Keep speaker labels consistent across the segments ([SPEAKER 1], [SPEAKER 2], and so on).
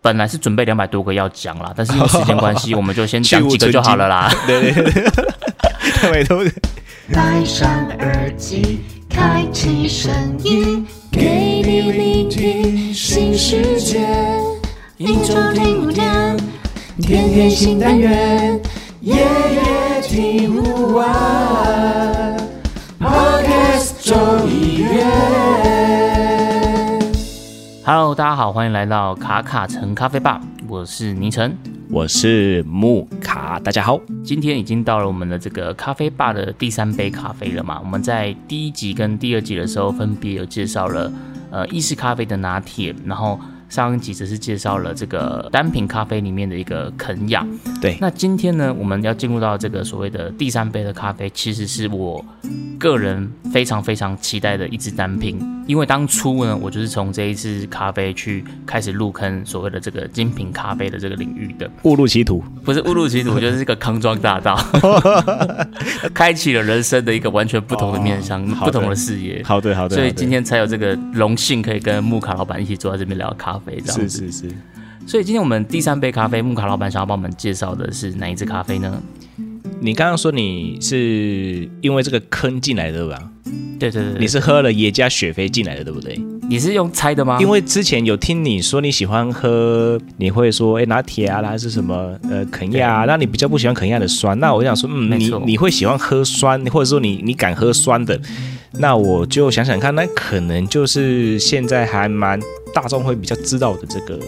[SPEAKER 1] 本来是准备两百多个要讲啦，但是因为时间关系，我 们就先讲几个就好了啦。
[SPEAKER 2] 对对对， 太委托了。
[SPEAKER 3] 戴上耳机，开启声音，给你聆听新世界。一周听五天，天天新单元，夜夜听不完。Podcast 周一月，
[SPEAKER 1] Hello，大家好，欢迎来到卡卡城咖啡吧，我是倪晨。
[SPEAKER 2] 我是木卡，大家好。
[SPEAKER 1] 今天已经到了我们的这个咖啡吧的第三杯咖啡了嘛？我们在第一集跟第二集的时候分别有介绍了呃意式咖啡的拿铁，然后上一集则是介绍了这个单品咖啡里面的一个肯亚。
[SPEAKER 2] 对，
[SPEAKER 1] 那今天呢，我们要进入到这个所谓的第三杯的咖啡，其实是我个人非常非常期待的一支单品，因为当初呢，我就是从这一支咖啡去开始入坑所谓的这个精品咖啡的这个领域的。
[SPEAKER 2] 误入歧途。
[SPEAKER 1] 不是误入歧途，我觉得是个康庄大 道，开启了人生的一个完全不同的面向、
[SPEAKER 2] 哦好的
[SPEAKER 1] 不同的视野。
[SPEAKER 2] 好的，好的。
[SPEAKER 1] 所以
[SPEAKER 2] 好的
[SPEAKER 1] 今天才有这个荣幸，可以跟木卡老板一起坐在这边聊咖啡，这样
[SPEAKER 2] 是
[SPEAKER 1] 子。
[SPEAKER 2] 是是，
[SPEAKER 1] 所以今天我们第三杯咖啡，木卡老板想要帮我们介绍的是哪一支咖啡呢？
[SPEAKER 2] 你刚刚说你是因为这个坑进来的对吧？
[SPEAKER 1] 对对对，
[SPEAKER 2] 你是喝了耶加雪菲进来的对不对？
[SPEAKER 1] 你是用猜的吗？
[SPEAKER 2] 因为之前有听你说你喜欢喝，你会说哎拿铁啊，还是什么呃肯亚啊，那你比较不喜欢肯亚的酸，那我想说，嗯，
[SPEAKER 1] 嗯没
[SPEAKER 2] 你
[SPEAKER 1] 错
[SPEAKER 2] 你会喜欢喝酸，或者说你你敢喝酸的，那我就想想看，那可能就是现在还蛮大众会比较知道的这个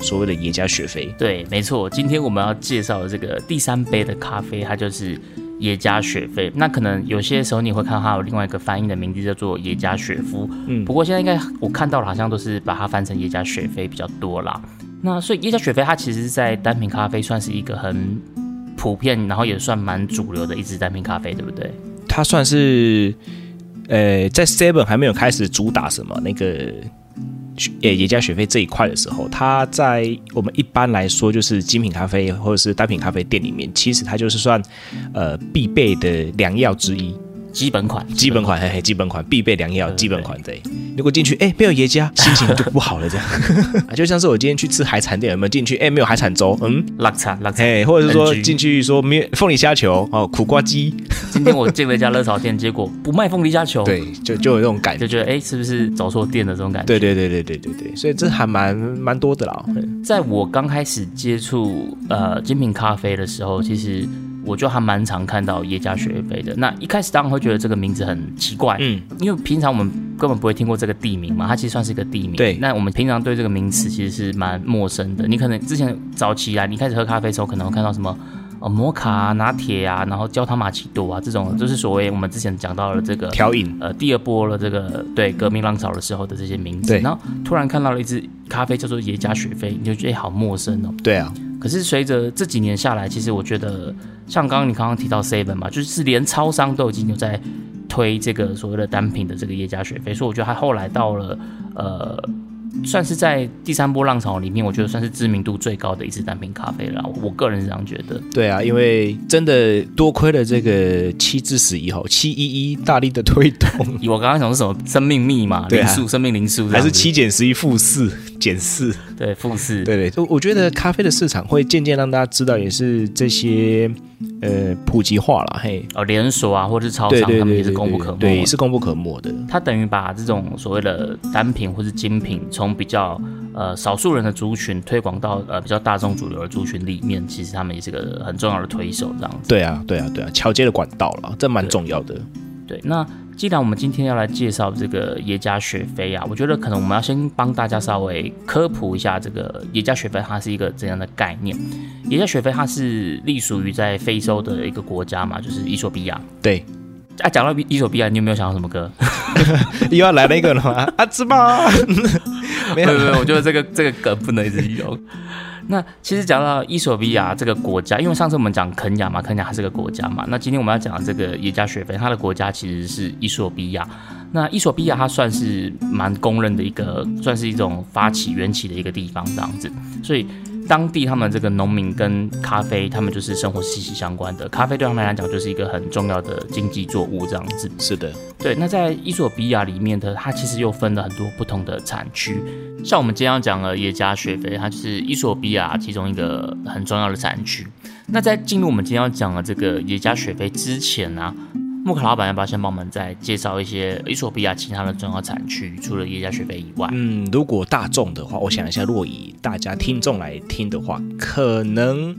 [SPEAKER 2] 所谓的耶加雪菲，
[SPEAKER 1] 对，没错，今天我们要介绍的这个第三杯的咖啡，它就是耶加雪菲。那可能有些时候你会看到它有另外一个翻译的名字叫做耶加雪夫，
[SPEAKER 2] 嗯
[SPEAKER 1] 不过现在应该我看到了好像都是把它翻成耶加雪菲比较多啦。那所以耶加雪菲它其实是在单品咖啡算是一个很普遍，然后也算蛮主流的一支单品咖啡，对不对？
[SPEAKER 2] 它算是呃在 Seven 还没有开始主打什么那个。呃，耶加雪菲这一块的时候，它在我们一般来说就是精品咖啡或者是单品咖啡店里面，其实它就是算呃必备的良药之一，
[SPEAKER 1] 基本款，
[SPEAKER 2] 基本款，嘿嘿，基本款必备良药，
[SPEAKER 1] 对对
[SPEAKER 2] 基本款嗯对。如果进去，哎，没有耶加，心情就不好了，这样。 啊就像是我今天去吃海产店，有没有进去？哎，没有海产粥，嗯，
[SPEAKER 1] 拉茶拉茶。
[SPEAKER 2] 哎，或者是说
[SPEAKER 1] NG
[SPEAKER 2] 进去说没有凤梨虾球，哦，苦瓜鸡，
[SPEAKER 1] 嗯今天我进了一家热炒店，结果不卖凤梨虾球，
[SPEAKER 2] 对，就就有那种感
[SPEAKER 1] 就。
[SPEAKER 2] 觉
[SPEAKER 1] 觉得哎、诶是不是走错店的这种感觉？
[SPEAKER 2] 对对对对对对对，所以这还蛮蛮多的啦。
[SPEAKER 1] 在我刚开始接触呃精品咖啡的时候，其实我就还蛮常看到耶加雪菲的。那一开始当然会觉得这个名字很奇怪，
[SPEAKER 2] 嗯，
[SPEAKER 1] 因为平常我们根本不会听过这个地名嘛，它其实算是一个地名。
[SPEAKER 2] 对
[SPEAKER 1] 那我们平常对这个名词其实是蛮陌生的。你可能之前早期啊，你开始喝咖啡的时候，可能会看到什么。呃摩卡啊、拿铁啊，然后焦糖玛奇朵啊，这种就是所谓我们之前讲到了这个
[SPEAKER 2] 调饮
[SPEAKER 1] 呃第二波了这个对革命浪潮的时候的这些名字，
[SPEAKER 2] 对
[SPEAKER 1] 然后突然看到了一支咖啡叫做耶加雪菲，你就觉得、哎好陌生哦。
[SPEAKER 2] 对啊，
[SPEAKER 1] 可是随着这几年下来，其实我觉得像刚刚你刚刚提到 Seven 嘛，就是连超商都已经有在推这个所谓的单品的这个耶加雪菲，所以我觉得它后来到了呃。算是在第三波浪潮里面，我觉得算是知名度最高的一支单品咖啡了。我我个人是这样觉得。
[SPEAKER 2] 对啊，因为真的多亏了这个七至十一号七一一大力的推
[SPEAKER 1] ，
[SPEAKER 2] 动
[SPEAKER 1] 以我刚刚想是什么生命密码、
[SPEAKER 2] 对
[SPEAKER 1] 零
[SPEAKER 2] 啊
[SPEAKER 1] 数、生命零数这
[SPEAKER 2] 还
[SPEAKER 1] 样子，
[SPEAKER 2] 是七减十一负四减四。
[SPEAKER 1] 对复式
[SPEAKER 2] 对对，就我觉得咖啡的市场会渐渐让大家知道，也是这些呃普及化了。嘿，
[SPEAKER 1] 呃连锁啊，或是超
[SPEAKER 2] 嗯对
[SPEAKER 1] 商，
[SPEAKER 2] 对
[SPEAKER 1] 他们
[SPEAKER 2] 对
[SPEAKER 1] 也是
[SPEAKER 2] 对
[SPEAKER 1] 功不
[SPEAKER 2] 对
[SPEAKER 1] 可没。
[SPEAKER 2] 对，也是功不可没的。
[SPEAKER 1] 它等于把这种所谓的单品或是精品，从比较呃少数人的族群推广到呃比较大众主流的族群里面，其实他们也是个很重要的推手，这样子。
[SPEAKER 2] 对啊，对啊，对啊，桥接的管道了，这蛮重要的。
[SPEAKER 1] 对，那既然我们今天要来介绍这个耶加雪菲啊，我觉得可能我们要先帮大家稍微科普一下这个耶加雪菲它是一个怎样的概念。耶加雪菲它是隶属于在非洲的一个国家嘛，就是伊索比亚。
[SPEAKER 2] 对，
[SPEAKER 1] 啊，讲到伊索比亚，你有没有想到什么歌？
[SPEAKER 2] 又要来那个了吗？阿芝 麻，没
[SPEAKER 1] 没
[SPEAKER 2] 有
[SPEAKER 1] 有没有，我觉得这个这个梗不能一直用。 那其实讲到伊索比亚这个国家，因为上次我们讲肯雅嘛，肯雅它是个国家嘛。那今天我们要讲的这个耶加雪菲，它的国家其实是伊索比亚。那伊索比亚它算是蛮公认的一个，算是一种发起缘起的一个地方这样子。所以当地他们这个农民跟咖啡，他们就是生活息息相关的。咖啡对他们来讲就是一个很重要的经济作物，这样子。
[SPEAKER 2] 是的，
[SPEAKER 1] 对，那在伊索比亚里面的，它其实又分了很多不同的产区。像我们今天要讲的耶加雪菲，它就是伊索比亚其中一个很重要的产区。那在进入我们今天要讲的这个耶加雪菲之前呢、啊，木卡老板要不要先帮我们再介绍一些伊索比亚其他的重要产区，除了耶加雪菲以外？
[SPEAKER 2] 嗯，如果大众的话，我想一下，如果以大家听众来听的话，可能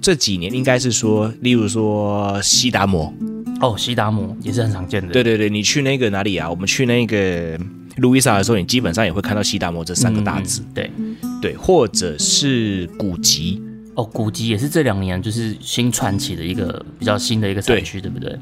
[SPEAKER 2] 这几年应该是说，例如说西达摩，
[SPEAKER 1] 哦，西达摩也是很常见的。
[SPEAKER 2] 对对对，你去那个哪里啊？我们去那个路易莎的时候，你基本上也会看到西达摩这三个大字，
[SPEAKER 1] 嗯对，
[SPEAKER 2] 对，或者是古籍，
[SPEAKER 1] 哦，古籍也是这两年就是新串起的一个比较新的一个产区，对不对？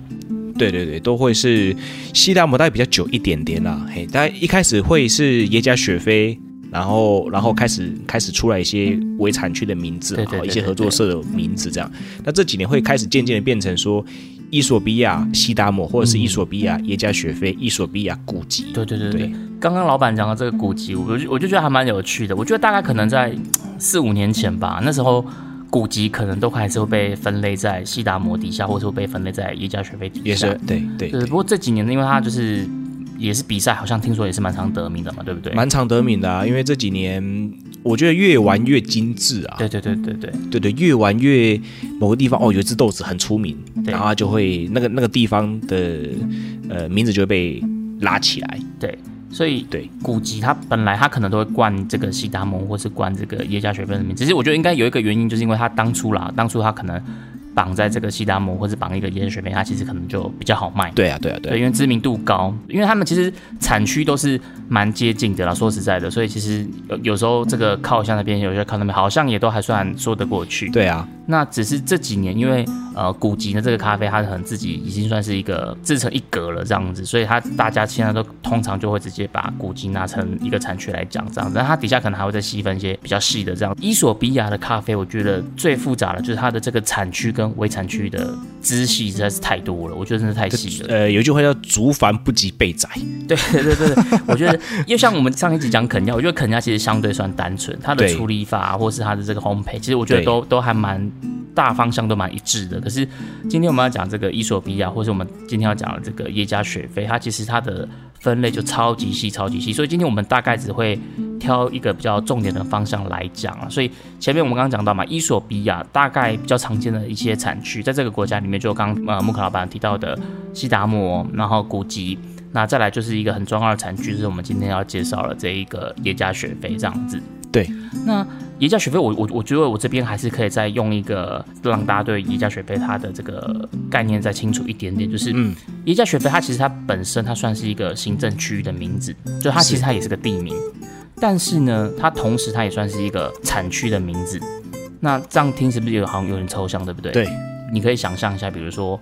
[SPEAKER 2] 对对对，都会是西达摩大概比较久一点点啦。嘿，大家一开始会是耶加雪菲，然后然后开始开始出来一些围产区的名字啊，
[SPEAKER 1] 对对对
[SPEAKER 2] 一些合作社的名字这样。那这几年会开始渐渐的变成说，伊索比亚西达摩，或者是伊索比亚耶加雪菲、伊索比亚古籍。
[SPEAKER 1] 嗯对对对对
[SPEAKER 2] 对，
[SPEAKER 1] 刚刚老板讲的这个古籍，我就我就觉得还蛮有趣的。我觉得大概可能在嗯四五年前吧，那时候古籍可能都还是会被分类在西达摩底下，或是会被分类在耶加雪菲底下。
[SPEAKER 2] 也是对对
[SPEAKER 1] 啊对，
[SPEAKER 2] 对，
[SPEAKER 1] 不过这几年因为它就是也是比赛，好像听说也是蛮常得名的嘛，对不对？
[SPEAKER 2] 蛮常得名的啊。因为这几年我觉得越玩越精致啊，
[SPEAKER 1] 对对对对对，
[SPEAKER 2] 对对，越玩越某个地方哦，有一只豆子很出名，
[SPEAKER 1] 嗯对
[SPEAKER 2] 然后它就会那个那个地方的呃名字就会被拉起来。
[SPEAKER 1] 所以
[SPEAKER 2] 对
[SPEAKER 1] 古籍它本来它可能都会冠这个西达蒙或是冠这个耶加雪菲的名字，只是我觉得应该有一个原因，就是因为它当初啦，当初它可能绑在这个西达蒙或是绑一个耶加雪菲，它其实可能就比较好卖。
[SPEAKER 2] 对啊，对啊，对
[SPEAKER 1] 对，
[SPEAKER 2] 啊
[SPEAKER 1] 因为知名度高，因为他们其实产区都是蛮接近的啦。说实在的，所以其实有有时候这个靠向那边，有些靠那边，好像也都还算说得过去。
[SPEAKER 2] 对啊，
[SPEAKER 1] 那只是这几年，因为呃古籍的这个咖啡，它可能自己已经算是一个自成一格了这样子，所以它大家现在都通常就会直接把古籍拿成一个产区来讲这样子，那它底下可能还会再细分一些比较细的这样。伊索比亚的咖啡，我觉得最复杂的就是它的这个产区跟围产区的支系实在是太多了，我觉得真的太细了。
[SPEAKER 2] 呃，有一句话叫“竹繁不及被宰
[SPEAKER 1] 对对对对，对，我觉得，因为像我们上一集讲肯亚，我觉得肯亚其实相对算单纯，它的
[SPEAKER 2] 对
[SPEAKER 1] 处理法、啊、或是它的这个烘焙，其实我觉得
[SPEAKER 2] 对
[SPEAKER 1] 都都还蛮大方向都蛮一致的。可是今天我们要讲这个伊索比亚，或是我们今天要讲的这个耶加雪菲，它其实它的分类就超级细、超级细，所以今天我们大概只会挑一个比较重点的方向来讲啊。所以前面我们刚刚讲到嘛，伊索比亚大概比较常见的一些产区，在这个国家里面，就刚呃木克老板提到的西达摩，然后古吉。那再来就是一个很重要的产区，就是我们今天要介绍的这一个耶加雪菲这样子。”。
[SPEAKER 2] 对，
[SPEAKER 1] 那耶加雪菲，我我我觉得我这边还是可以再用一个让大家对耶加雪菲它的这个概念再清楚一点点，就是
[SPEAKER 2] 嗯，
[SPEAKER 1] 耶加雪菲它其实它本身它算是一个行政区域的名字，就它其实它也是个地名，但是呢，它同时它也算是一个产区的名字。那这样听是不是有好像有点抽象，对不对？，
[SPEAKER 2] 对，
[SPEAKER 1] 你可以想象一下，比如说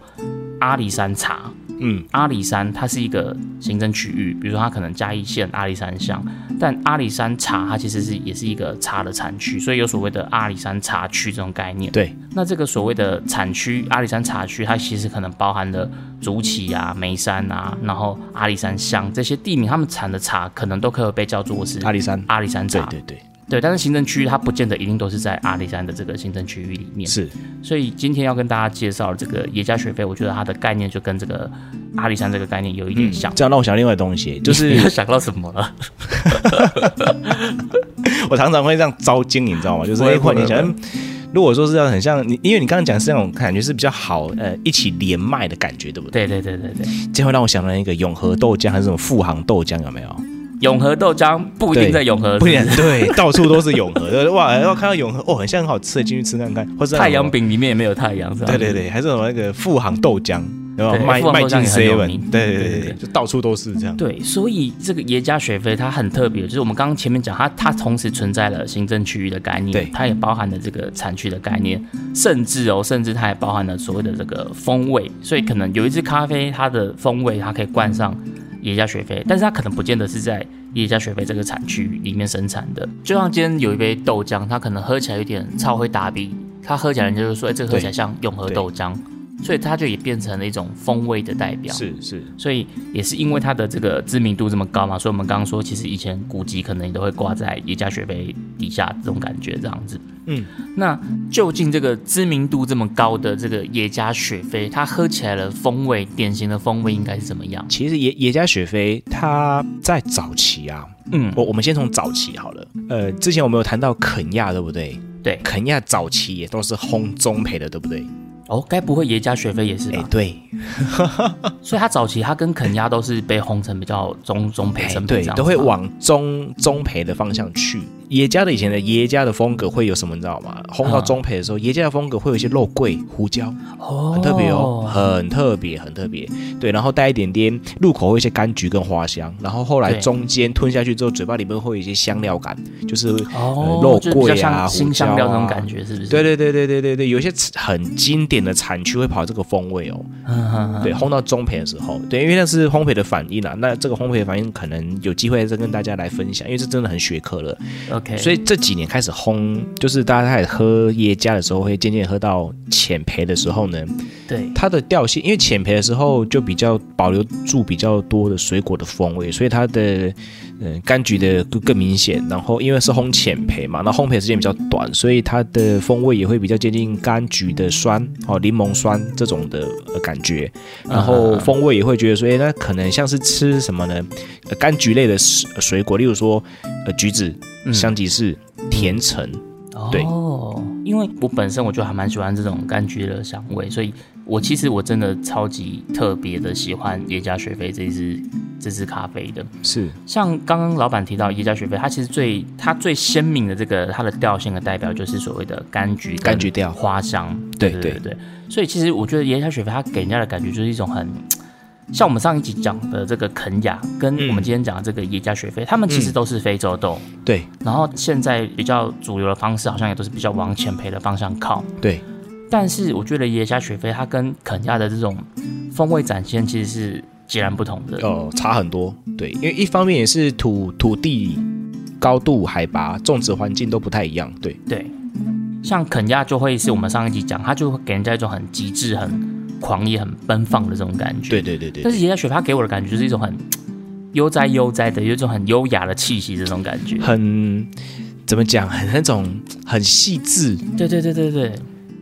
[SPEAKER 1] 阿里山茶，
[SPEAKER 2] 嗯，
[SPEAKER 1] 阿里山它是一个行政区域，比如说它可能嘉义县阿里山乡，但阿里山茶它其实是也是一个茶的产区，所以有所谓的阿里山茶区这种概念。
[SPEAKER 2] 对，
[SPEAKER 1] 那这个所谓的产区阿里山茶区，它其实可能包含了竹崎啊、眉山啊，然后阿里山乡这些地名，他们产的茶可能都可以被叫做是
[SPEAKER 2] 阿里山，
[SPEAKER 1] 阿里山
[SPEAKER 2] 对
[SPEAKER 1] 茶。
[SPEAKER 2] 对对，
[SPEAKER 1] 对但是行政区域它不见得一定都是在阿里山的这个行政区域里面。
[SPEAKER 2] 是，
[SPEAKER 1] 所以今天要跟大家介绍这个耶加学费，我觉得它的概念就跟这个阿里山这个概念有一点像。
[SPEAKER 2] 这样让我想另外一个 东西，嗯就
[SPEAKER 1] 你
[SPEAKER 2] 是
[SPEAKER 1] 又想到什么了？
[SPEAKER 2] 我常常会这样招精，你知道吗？就是
[SPEAKER 1] 不会
[SPEAKER 2] 哎，忽然
[SPEAKER 1] 不会
[SPEAKER 2] 间想，嗯如果说是这样，很像你，因为你刚刚讲是那种感觉是比较好，呃，一起连麦的感觉，对不 对？
[SPEAKER 1] 对对对对对，
[SPEAKER 2] 这会让我想到一个永和豆浆还是什么富航豆浆，有没有？
[SPEAKER 1] 永和豆浆不一定
[SPEAKER 2] 对
[SPEAKER 1] 在永和，
[SPEAKER 2] 不然对， 到处都是永和的，哇！然后看到永和，哦，很像很好吃的，进去吃看看，或是
[SPEAKER 1] 哦
[SPEAKER 2] 那种
[SPEAKER 1] 太阳，饼里面也没有太阳，是吧？
[SPEAKER 2] 对对对，还是什么那个富航豆浆，然后
[SPEAKER 1] 对
[SPEAKER 2] 卖
[SPEAKER 1] 富航
[SPEAKER 2] 卖
[SPEAKER 1] 豆
[SPEAKER 2] 进
[SPEAKER 1] 浆也很有
[SPEAKER 2] seven，
[SPEAKER 1] 名对
[SPEAKER 2] 对对
[SPEAKER 1] 对
[SPEAKER 2] 对
[SPEAKER 1] 对
[SPEAKER 2] 对，就到处都是这样。
[SPEAKER 1] 对，所以这个耶加学费它很特别，就是我们刚刚前面讲，它它同时存在了行政区域的概念，
[SPEAKER 2] 对
[SPEAKER 1] 它也包含了这个产区的概念，甚至哦，甚至它还包含了所谓的这个风味，所以可能有一支咖啡它的风味它可以冠上耶加学费，但是它可能不见得是在耶加学费这个产区里面生产的。就像今天有一杯豆浆，它可能喝起来有点超会打比，它喝起来人家就说，哎、这个喝起来
[SPEAKER 2] 对
[SPEAKER 1] 像永和
[SPEAKER 2] 对
[SPEAKER 1] 豆浆。所以它就也变成了一种风味的代表。
[SPEAKER 2] 是是，
[SPEAKER 1] 所以也是因为它的这个知名度这么高嘛，所以我们刚刚说，其实以前古籍可能也都会挂在耶加雪菲底下这种感觉这样子。
[SPEAKER 2] 嗯，
[SPEAKER 1] 那究竟这个知名度这么高的这个耶加雪菲，它喝起来的风味，典型的风味应该是怎么样？
[SPEAKER 2] 其实耶耶加雪菲它在早期啊，
[SPEAKER 1] 嗯，
[SPEAKER 2] 我我们先从早期好了。呃，之前我们有谈到肯亚，对不对？
[SPEAKER 1] 对，
[SPEAKER 2] 肯亚早期也都是烘中培的，对不对？
[SPEAKER 1] 哦，该不会耶加雪菲也是
[SPEAKER 2] 哎、
[SPEAKER 1] 吧？
[SPEAKER 2] 对，
[SPEAKER 1] 所以它早期它跟肯亚都是被烘成比较中中培
[SPEAKER 2] 哎、
[SPEAKER 1] 成
[SPEAKER 2] 对
[SPEAKER 1] 品这样子，嘛，嗯
[SPEAKER 2] 都会往中中培的方向去。耶加的以前的耶加的风格会有什么，你知道吗？烘到
[SPEAKER 1] 嗯
[SPEAKER 2] 中培的时候，耶加的风格会有一些肉桂、胡椒，
[SPEAKER 1] 哦，
[SPEAKER 2] 很特别哦，很特别，很特别。对，然后带一点点入口会有一些柑橘跟花香，然后后来
[SPEAKER 1] 对
[SPEAKER 2] 中间吞下去之后，嘴巴里面会有一些香料感，就是
[SPEAKER 1] 哦，
[SPEAKER 2] 呃肉
[SPEAKER 1] 就是比较
[SPEAKER 2] 桂啊
[SPEAKER 1] 像新香料
[SPEAKER 2] 胡椒啊
[SPEAKER 1] 那种感觉，是不是？
[SPEAKER 2] 对对对对对对对，有一些很经典的产区会跑这个风味哦。
[SPEAKER 1] 嗯，嗯嗯
[SPEAKER 2] 对，烘到中培的时候，对，因为那是烘焙的反应啊。那这个烘焙的反应可能有机会再跟大家来分享，因为这真的很学科了。
[SPEAKER 1] ，OK，
[SPEAKER 2] 所以这几年开始烘，就是大家开始喝耶加的时候，会渐渐喝到浅焙的时候呢，
[SPEAKER 1] 对。
[SPEAKER 2] 它的调性，因为浅焙的时候就比较保留住比较多的水果的风味，所以它的嗯、呃柑橘的更更明显。然后因为是烘浅焙嘛，那烘焙时间比较短，所以它的风味也会比较接近柑橘的酸哦，柠檬酸这种的、呃感觉。然
[SPEAKER 1] 啊
[SPEAKER 2] 后风味也会觉得说，哎，那可能像是吃什么呢？呃柑橘类的水水果，例如说呃橘子、
[SPEAKER 1] 嗯
[SPEAKER 2] 香吉士、甜橙。对
[SPEAKER 1] 哦，因为我本身我就还蛮喜欢这种柑橘的香味，所以我其实我真的超级特别的喜欢耶加雪菲这支这支咖啡的。
[SPEAKER 2] 是
[SPEAKER 1] 像刚刚老板提到耶加雪菲，它其实最它最鲜明的这个它的调性的代表就是所谓的柑橘跟
[SPEAKER 2] 柑橘调
[SPEAKER 1] 花香，
[SPEAKER 2] 对
[SPEAKER 1] 对
[SPEAKER 2] 对
[SPEAKER 1] 对。所以其实我觉得耶加雪菲它给人家的感觉就是一种很。像我们上一集讲的这个肯雅，跟
[SPEAKER 2] 嗯
[SPEAKER 1] 我们今天讲的这个耶加雪菲，它们其实都是非洲豆，
[SPEAKER 2] 对
[SPEAKER 1] 然后现在比较主流的方式好像也都是比较往浅培的方向靠。
[SPEAKER 2] 对，
[SPEAKER 1] 但是我觉得野虾雪菲它跟肯亚的这种风味展现其实是截然不同的。
[SPEAKER 2] 哦，差很多。对，因为一方面也是土土地高度、海拔、种植环境都不太一样。对，
[SPEAKER 1] 对，像肯亚就会是我们上一集讲，它就会给人家一种很极致、很狂野、很奔放的这种感觉。
[SPEAKER 2] 对对对对。
[SPEAKER 1] 但是野虾雪菲它给我的感觉就是一种很悠哉悠哉的，有一种很优雅的气息，这种感觉。
[SPEAKER 2] 很怎么讲，很那种很细致，
[SPEAKER 1] 对对对对对，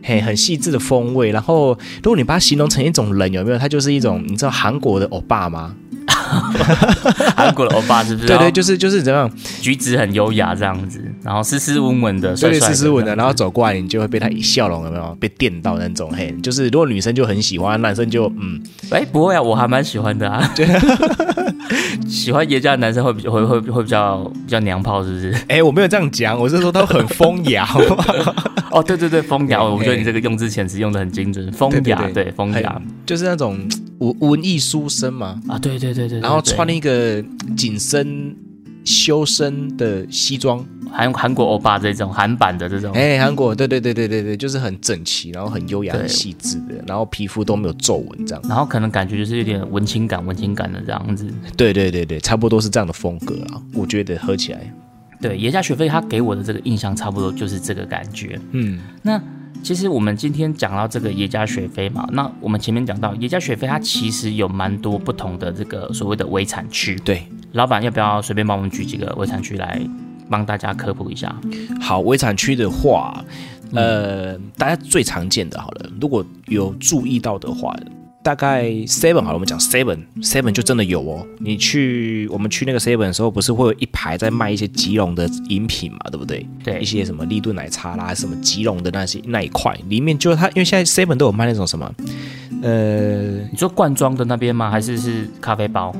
[SPEAKER 2] 嘿，很细致的风味。然后，如果你把它形容成一种人，有没有？它就是一种，你知道韩国的欧巴吗？
[SPEAKER 1] 韩国的欧巴是不是？
[SPEAKER 2] 对对，就是就是怎么样，
[SPEAKER 1] 举止很优雅这样子，然后斯斯文文的，
[SPEAKER 2] 对
[SPEAKER 1] 帅
[SPEAKER 2] 对，
[SPEAKER 1] 帅
[SPEAKER 2] 斯
[SPEAKER 1] 的
[SPEAKER 2] 斯文
[SPEAKER 1] 这
[SPEAKER 2] 的，
[SPEAKER 1] 样
[SPEAKER 2] 然后走过来，你就会被他一笑容，有没有？被电到那种，嘿，就是如果女生就很喜欢，男生就嗯，
[SPEAKER 1] 哎、不会啊，我还蛮喜欢的啊。喜欢爷家的男生会比会会会比较比较娘炮，是不是？
[SPEAKER 2] 哎，我没有这样讲，我是说他很风雅，好不好
[SPEAKER 1] 哦，对对对，风雅，
[SPEAKER 2] 嘿
[SPEAKER 1] 我觉得你这个用字遣词用的很精准，风
[SPEAKER 2] 对对
[SPEAKER 1] 雅，
[SPEAKER 2] 对
[SPEAKER 1] 对风雅
[SPEAKER 2] 就是那种文文艺书生嘛，
[SPEAKER 1] 啊，对对嗯对对。
[SPEAKER 2] 然后
[SPEAKER 1] 对
[SPEAKER 2] 穿了一个紧身修身的西装，
[SPEAKER 1] 韩韩国欧巴这种韩版的这种，
[SPEAKER 2] 哎、韩国，对对对对对对，就是很整齐，然后很优雅、
[SPEAKER 1] 对
[SPEAKER 2] 很细致
[SPEAKER 1] 嗯
[SPEAKER 2] 的，然后皮肤都没有皱纹，这样，
[SPEAKER 1] 然后可能感觉就是有点文青感、文青感的这样子。
[SPEAKER 2] 对对对对，差不多是这样的风格啊，我觉得合起来，
[SPEAKER 1] 对，爷家学费他给我的这个印象差不多就是这个感觉。
[SPEAKER 2] 嗯，
[SPEAKER 1] 那其实我们今天讲到这个耶加雪菲嘛，那我们前面讲到耶加雪菲，它其实有蛮多不同的这个所谓的微产区。
[SPEAKER 2] 对，
[SPEAKER 1] 老板要不要随便帮我们举几个微产区来帮大家科普一下？
[SPEAKER 2] 好，围产区的话，呃，大家最常见的，好了，如果有注意到的话，大概 Seven 好了，我们讲 Seven，Seven 就真的有哦。你去我们去那个 Seven 的时候，不是会有一排在卖一些吉隆的饮品嘛，对不对？
[SPEAKER 1] 对
[SPEAKER 2] 一些什么利顿奶茶啦，什么吉隆的那些那一块，里面就它，因为现在 Seven 都有卖那种什么，呃，
[SPEAKER 1] 你说罐装的那边吗？还是是咖啡包？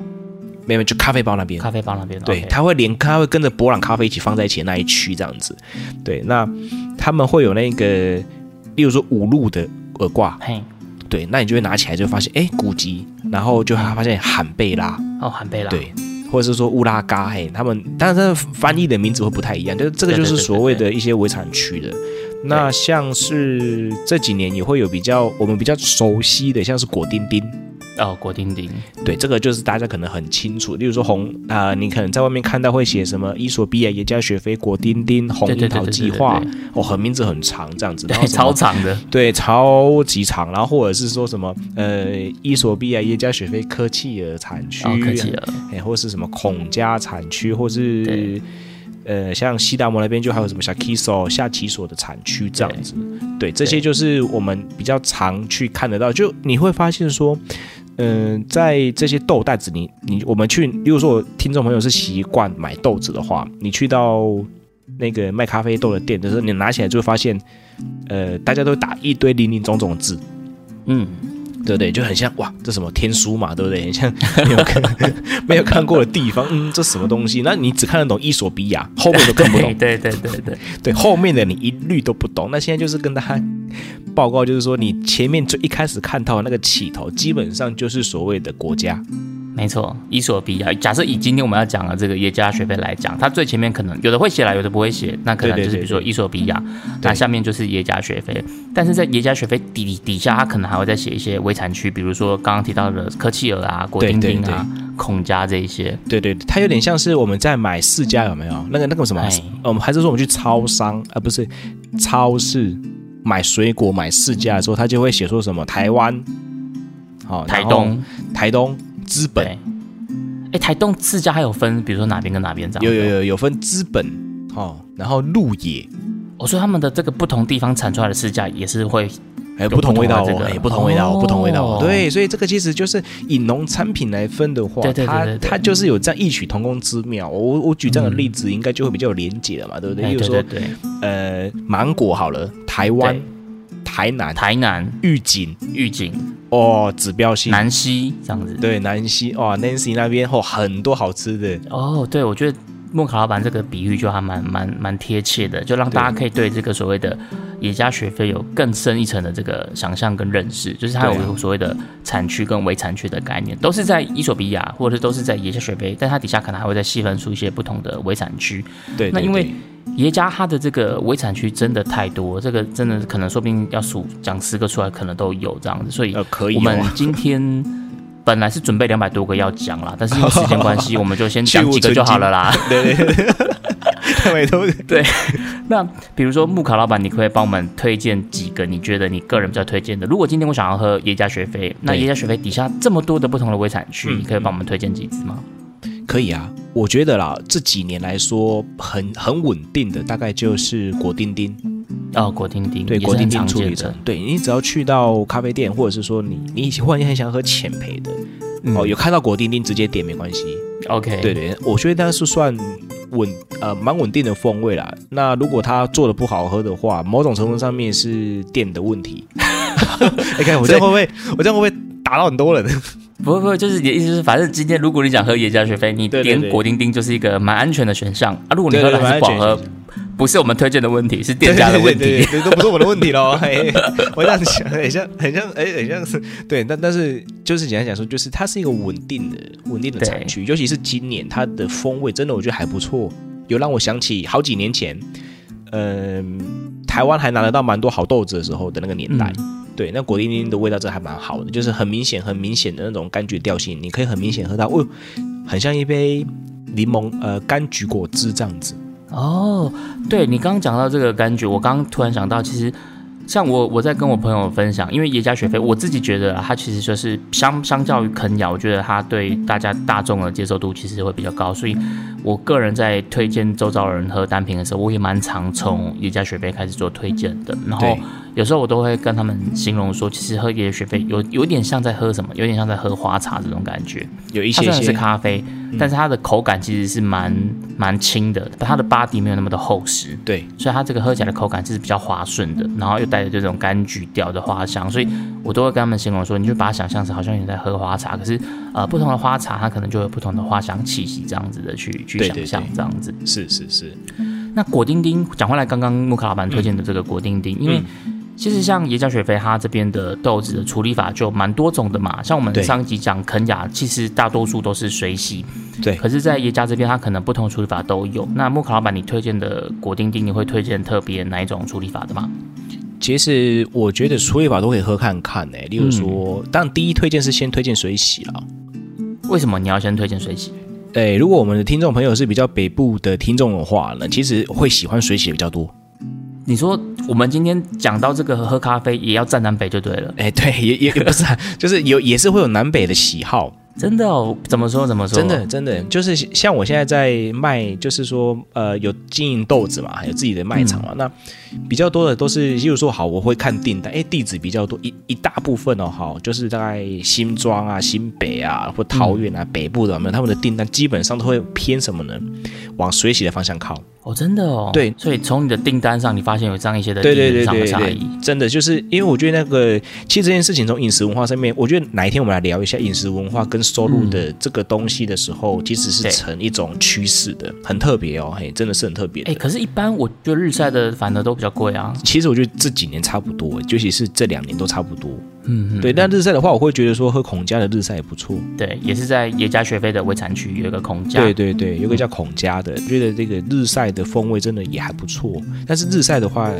[SPEAKER 2] 没有就咖啡包那边，
[SPEAKER 1] 咖啡包那边？
[SPEAKER 2] 对，
[SPEAKER 1] OK
[SPEAKER 2] 它会连它会跟着博朗咖啡一起放在一起的那一区这样子。对，那他们会有那个，例如说五路的耳挂，
[SPEAKER 1] 嘿，
[SPEAKER 2] 对，那你就会拿起来就发现，哎，古籍，然后就发现罕贝拉，
[SPEAKER 1] 哦，韩贝拉，
[SPEAKER 2] 对，或者是说乌拉嘎，嘿，他们当然这翻译的名字会不太一样，就是这个
[SPEAKER 1] 对
[SPEAKER 2] 就
[SPEAKER 1] 对
[SPEAKER 2] 是
[SPEAKER 1] 对
[SPEAKER 2] 所
[SPEAKER 1] 对
[SPEAKER 2] 谓
[SPEAKER 1] 对
[SPEAKER 2] 的一些围产区的。那像是这几年也会有比较我们比较熟悉的，像是果丁丁，
[SPEAKER 1] 哦，果丁丁，
[SPEAKER 2] 对，这个就是大家可能很清楚，例如说红啊、呃你可能在外面看到会写什么伊索比亚耶加学飞果丁丁红
[SPEAKER 1] 对
[SPEAKER 2] 樱
[SPEAKER 1] 对对
[SPEAKER 2] 桃
[SPEAKER 1] 对
[SPEAKER 2] 计
[SPEAKER 1] 对
[SPEAKER 2] 划
[SPEAKER 1] 对，
[SPEAKER 2] 哦，很名字很长这样子，然后
[SPEAKER 1] 对，
[SPEAKER 2] 什么
[SPEAKER 1] 超长 的，
[SPEAKER 2] 对，超级长，然后或者是说什么呃，伊索比亚耶加雪菲科契尔产区，
[SPEAKER 1] 哦，客气了，
[SPEAKER 2] 哎、或是什么孔家产区，或
[SPEAKER 1] 对
[SPEAKER 2] 是呃，像西达摩那边就还有什么小 Kiso 下奇索的产区这样子，对，这些
[SPEAKER 1] 对
[SPEAKER 2] 就是我们比较常去看得到，就你会发现说。嗯、在这些豆袋子你，你我们去，例如说，我听众朋友是习惯买豆子的话，你去到那个卖咖啡豆的店的时候，你拿起来就会发现，呃，大家都打一堆零零总总的字，
[SPEAKER 1] 嗯，
[SPEAKER 2] 对不对？就很像哇，这什么天书嘛，对不对？很 像没有看 没有看过的地方，嗯，这什么东西？那你只看得懂伊索比亚，后面都看不
[SPEAKER 1] 对
[SPEAKER 2] 懂。
[SPEAKER 1] 对对对 对，
[SPEAKER 2] 对，后面的你一律都不懂。那现在就是跟大家报告，就是说你前面最一开始看到的那个起头，基本上就是所谓的国家。
[SPEAKER 1] 没错，伊索比亚。假设以今天我们要讲的这个耶加学费来讲，它最前面可能有的会写来，有的不会写，那可能
[SPEAKER 2] 对对
[SPEAKER 1] 就是
[SPEAKER 2] 对
[SPEAKER 1] 比如说
[SPEAKER 2] 对
[SPEAKER 1] 伊索比亚，那下面就是耶加学费。但是在耶加学费底底下，它可能还会再写一些微产区，比如说刚刚提到的科契尔啊、果丁
[SPEAKER 2] 对对
[SPEAKER 1] 丁啊、孔家这一些。
[SPEAKER 2] 对对，对它有点像是我们在买世家有没有？那个那个什么
[SPEAKER 1] 哎，
[SPEAKER 2] 我们还是说我们去超商啊，不是超市买水果买世家的时候，它就会写说什么台湾，好、
[SPEAKER 1] 台
[SPEAKER 2] 然后
[SPEAKER 1] 东，
[SPEAKER 2] 台东、资本。
[SPEAKER 1] 对。哎，台东自家还有分，比如说哪边跟哪边这样。
[SPEAKER 2] 有有。有有分资本哦，然后鹿野，
[SPEAKER 1] 我哦说他们的这个不同地方产出来的市价也是会
[SPEAKER 2] 还
[SPEAKER 1] 有
[SPEAKER 2] 有不同味道
[SPEAKER 1] 不同
[SPEAKER 2] 哦
[SPEAKER 1] 的，这
[SPEAKER 2] 哎，
[SPEAKER 1] 个
[SPEAKER 2] 不同味道哦，
[SPEAKER 1] 哦
[SPEAKER 2] 不同味道哦，对，所以这个其实就是以农产品来分的话
[SPEAKER 1] 对，对对对
[SPEAKER 2] 它
[SPEAKER 1] 对嗯
[SPEAKER 2] 它就是有这样异曲同工之妙。我我举这样的例子，应该就会比较有连结了嘛，对不对？
[SPEAKER 1] 哎
[SPEAKER 2] 例如
[SPEAKER 1] 对
[SPEAKER 2] 说
[SPEAKER 1] 对，对，
[SPEAKER 2] 呃，芒果好了，台湾
[SPEAKER 1] 对、
[SPEAKER 2] 台南、
[SPEAKER 1] 台南、
[SPEAKER 2] 玉井
[SPEAKER 1] 玉井、
[SPEAKER 2] 哦，指标性。
[SPEAKER 1] 南溪这样子。
[SPEAKER 2] 对南溪哦，Nancy 那边哦，很多好吃的，
[SPEAKER 1] 哦，对，我觉得莫卡老板这个比喻就还蛮蛮蛮贴切的，就让大家可以对这个所谓的野家学费有更深一层的这个想象跟认识，就是它
[SPEAKER 2] 对啊
[SPEAKER 1] 有所谓的产区跟围产区的概念，都是在伊索比亚或者是都是在野家学费，但它底下可能还会再细分出一些不同的围产区。
[SPEAKER 2] 对，
[SPEAKER 1] 那
[SPEAKER 2] 对
[SPEAKER 1] 因为
[SPEAKER 2] 对
[SPEAKER 1] 耶加它的这个围产区真的太多，这个真的可能说不定要数讲十个出来，可能都有这样子，所以
[SPEAKER 2] 呃可以
[SPEAKER 1] 我们
[SPEAKER 2] 哦
[SPEAKER 1] 今天本来是准备两百多个要讲啦，但是因为时间关 系，我们就先讲几个就好了啦。
[SPEAKER 2] 对对对， 他们都
[SPEAKER 1] 那比如说木卡老板，你可不可以帮我们推荐几个你觉得你个人比较推荐的？如果今天我想要喝耶加雪菲，那耶加雪菲底下这么多的不同的围产区，
[SPEAKER 2] 嗯
[SPEAKER 1] 你可以帮我们推荐几支吗？
[SPEAKER 2] 可以啊，我觉得啦，这几年来说很很稳定的，大概就是果丁丁，
[SPEAKER 1] 哦，果丁丁，
[SPEAKER 2] 对，
[SPEAKER 1] 也是
[SPEAKER 2] 果丁
[SPEAKER 1] 很
[SPEAKER 2] 丁
[SPEAKER 1] 常
[SPEAKER 2] 处
[SPEAKER 1] 见
[SPEAKER 2] 理成
[SPEAKER 1] 的，，
[SPEAKER 2] 对你只要去到咖啡店，或者是说你你忽然很想喝浅焙的，
[SPEAKER 1] 嗯
[SPEAKER 2] 哦，有看到果丁丁直接点没关系，
[SPEAKER 1] OK，
[SPEAKER 2] 对对，我觉得那是算稳呃蛮稳定的风味啦。那如果它做的不好喝的话，某种程度上面是店的问 题。你哎看我这样会不会我这样会不会打到很多人？
[SPEAKER 1] 不会不会，就是你的意思是，反正今天如果你想喝耶加雪菲，你
[SPEAKER 2] 对对对
[SPEAKER 1] 点果丁丁就是一个蛮安全的选项啊。如果你
[SPEAKER 2] 对
[SPEAKER 1] 喝了
[SPEAKER 2] 对对
[SPEAKER 1] 还是不好
[SPEAKER 2] 蛮安
[SPEAKER 1] 喝
[SPEAKER 2] 全，
[SPEAKER 1] 不是我们推荐的问题，是店家的问
[SPEAKER 2] 对对
[SPEAKER 1] 题。
[SPEAKER 2] 对对对都不是我的问题 喽。嘿我这样想，很像，很像，哎、很像是对，但但是就是简单讲说，就是它是一个稳定的、稳定的产区，尤其是今年它的风味真的我觉得还不错，有让我想起好几年前，嗯、台湾还拿得到蛮多好豆子的时候的那个年代。
[SPEAKER 1] 嗯
[SPEAKER 2] 对，那果丁丁的味道真的还蛮好的，就是很明显、很明显的那种柑橘调性，你可以很明显喝到，哦，很像一杯柠檬呃柑橘果汁这样子。
[SPEAKER 1] 哦，对你刚刚讲到这个柑橘，我刚刚突然想到，其实像我我在跟我朋友分享，因为耶加雪菲，我自己觉得啊它其实就是相相较于肯雅，我觉得它对大家大众的接受度其实会比较高，所以我个人在推荐周遭人喝单品的时候，我也蛮常从耶加雪菲开始做推荐的，然后
[SPEAKER 2] 对。
[SPEAKER 1] 有时候我都会跟他们形容说，其实喝椰雪菲有有点像在喝什么，有点像在喝花茶这种感觉。
[SPEAKER 2] 有一
[SPEAKER 1] 它
[SPEAKER 2] 些
[SPEAKER 1] 虽然
[SPEAKER 2] 些嗯
[SPEAKER 1] 是咖啡，但是它的口感其实是蛮蛮轻的，它的 body 没有那么的厚实，
[SPEAKER 2] 对，
[SPEAKER 1] 所以它这个喝起来的口感是比较滑顺的，然后又带着这种柑橘调的花香，所以我都会跟他们形容说，你就把它想象成好像你在喝花茶，可是呃不同的花茶它可能就有不同的花香气息，这样子的去去
[SPEAKER 2] 对
[SPEAKER 1] 想
[SPEAKER 2] 对
[SPEAKER 1] 象
[SPEAKER 2] 对
[SPEAKER 1] 这样子。
[SPEAKER 2] 是是是，
[SPEAKER 1] 那果丁丁，讲回来，刚刚木卡老板推荐的这个果丁
[SPEAKER 2] 嗯
[SPEAKER 1] 丁，因为其实像野加雪菲它这边的豆子的处理法就蛮多种的嘛，像我们
[SPEAKER 2] 对
[SPEAKER 1] 上一集讲肯雅，其实大多数都是水洗，
[SPEAKER 2] 对
[SPEAKER 1] 可是，在耶加这边，它可能不同的处理法都有。那木卡老板，你推荐的果丁丁，你会推荐特别哪一种处理法的吗？
[SPEAKER 2] 其实我觉得处理法都可以喝看看呢、例如说，当然第一推荐是先推荐水洗啦。
[SPEAKER 1] 为什么你要先推荐水洗？
[SPEAKER 2] 诶，如果我们的听众朋友是比较北部的听众的话呢，其实会喜欢水洗的比较多。
[SPEAKER 1] 你说我们今天讲到这个喝咖啡也要站南北就对了，
[SPEAKER 2] 哎，对，也也也不是、啊，就是有也是会有南北的喜好，
[SPEAKER 1] 真的哦？怎么说怎么说？
[SPEAKER 2] 真的真的就是像我现在在卖，就是说呃有经营豆子嘛，还有自己的卖场嘛，那比较多的都是，例如说好，我会看订单，哎，地址比较多，一一大部分哦，好，就是大概新庄啊、新北啊或桃园啊、北部的有没有，他们的订单基本上都会偏什么呢？往水洗的方向靠。
[SPEAKER 1] 哦，真的哦。
[SPEAKER 2] 对
[SPEAKER 1] 所以从你的订单上，你发现有这样一些的
[SPEAKER 2] 对
[SPEAKER 1] 地
[SPEAKER 2] 对
[SPEAKER 1] 域
[SPEAKER 2] 对
[SPEAKER 1] 上的
[SPEAKER 2] 对
[SPEAKER 1] 差
[SPEAKER 2] 对
[SPEAKER 1] 异。，
[SPEAKER 2] 真的就是因为我觉得那个，其实这件事情从饮食文化上面，我觉得哪一天我们来聊一下饮食文化跟收入的这个东西的时候，其实是
[SPEAKER 1] 对
[SPEAKER 2] 成一种趋势的，很特别哦，嘿，真的是很特别的。
[SPEAKER 1] 哎，可是，一般我觉得日晒的反而都比较贵啊。
[SPEAKER 2] 其实我觉得这几年差不多，尤其是这两年都差不多。
[SPEAKER 1] 嗯，嗯
[SPEAKER 2] 对，但日晒的话，我会觉得说喝孔家的日晒也不错。
[SPEAKER 1] 对，也是在耶加学费的围产区有一个空架。
[SPEAKER 2] 对对对，有个叫孔家的，觉得这个日晒的风味真的也还不错。但是日晒的话，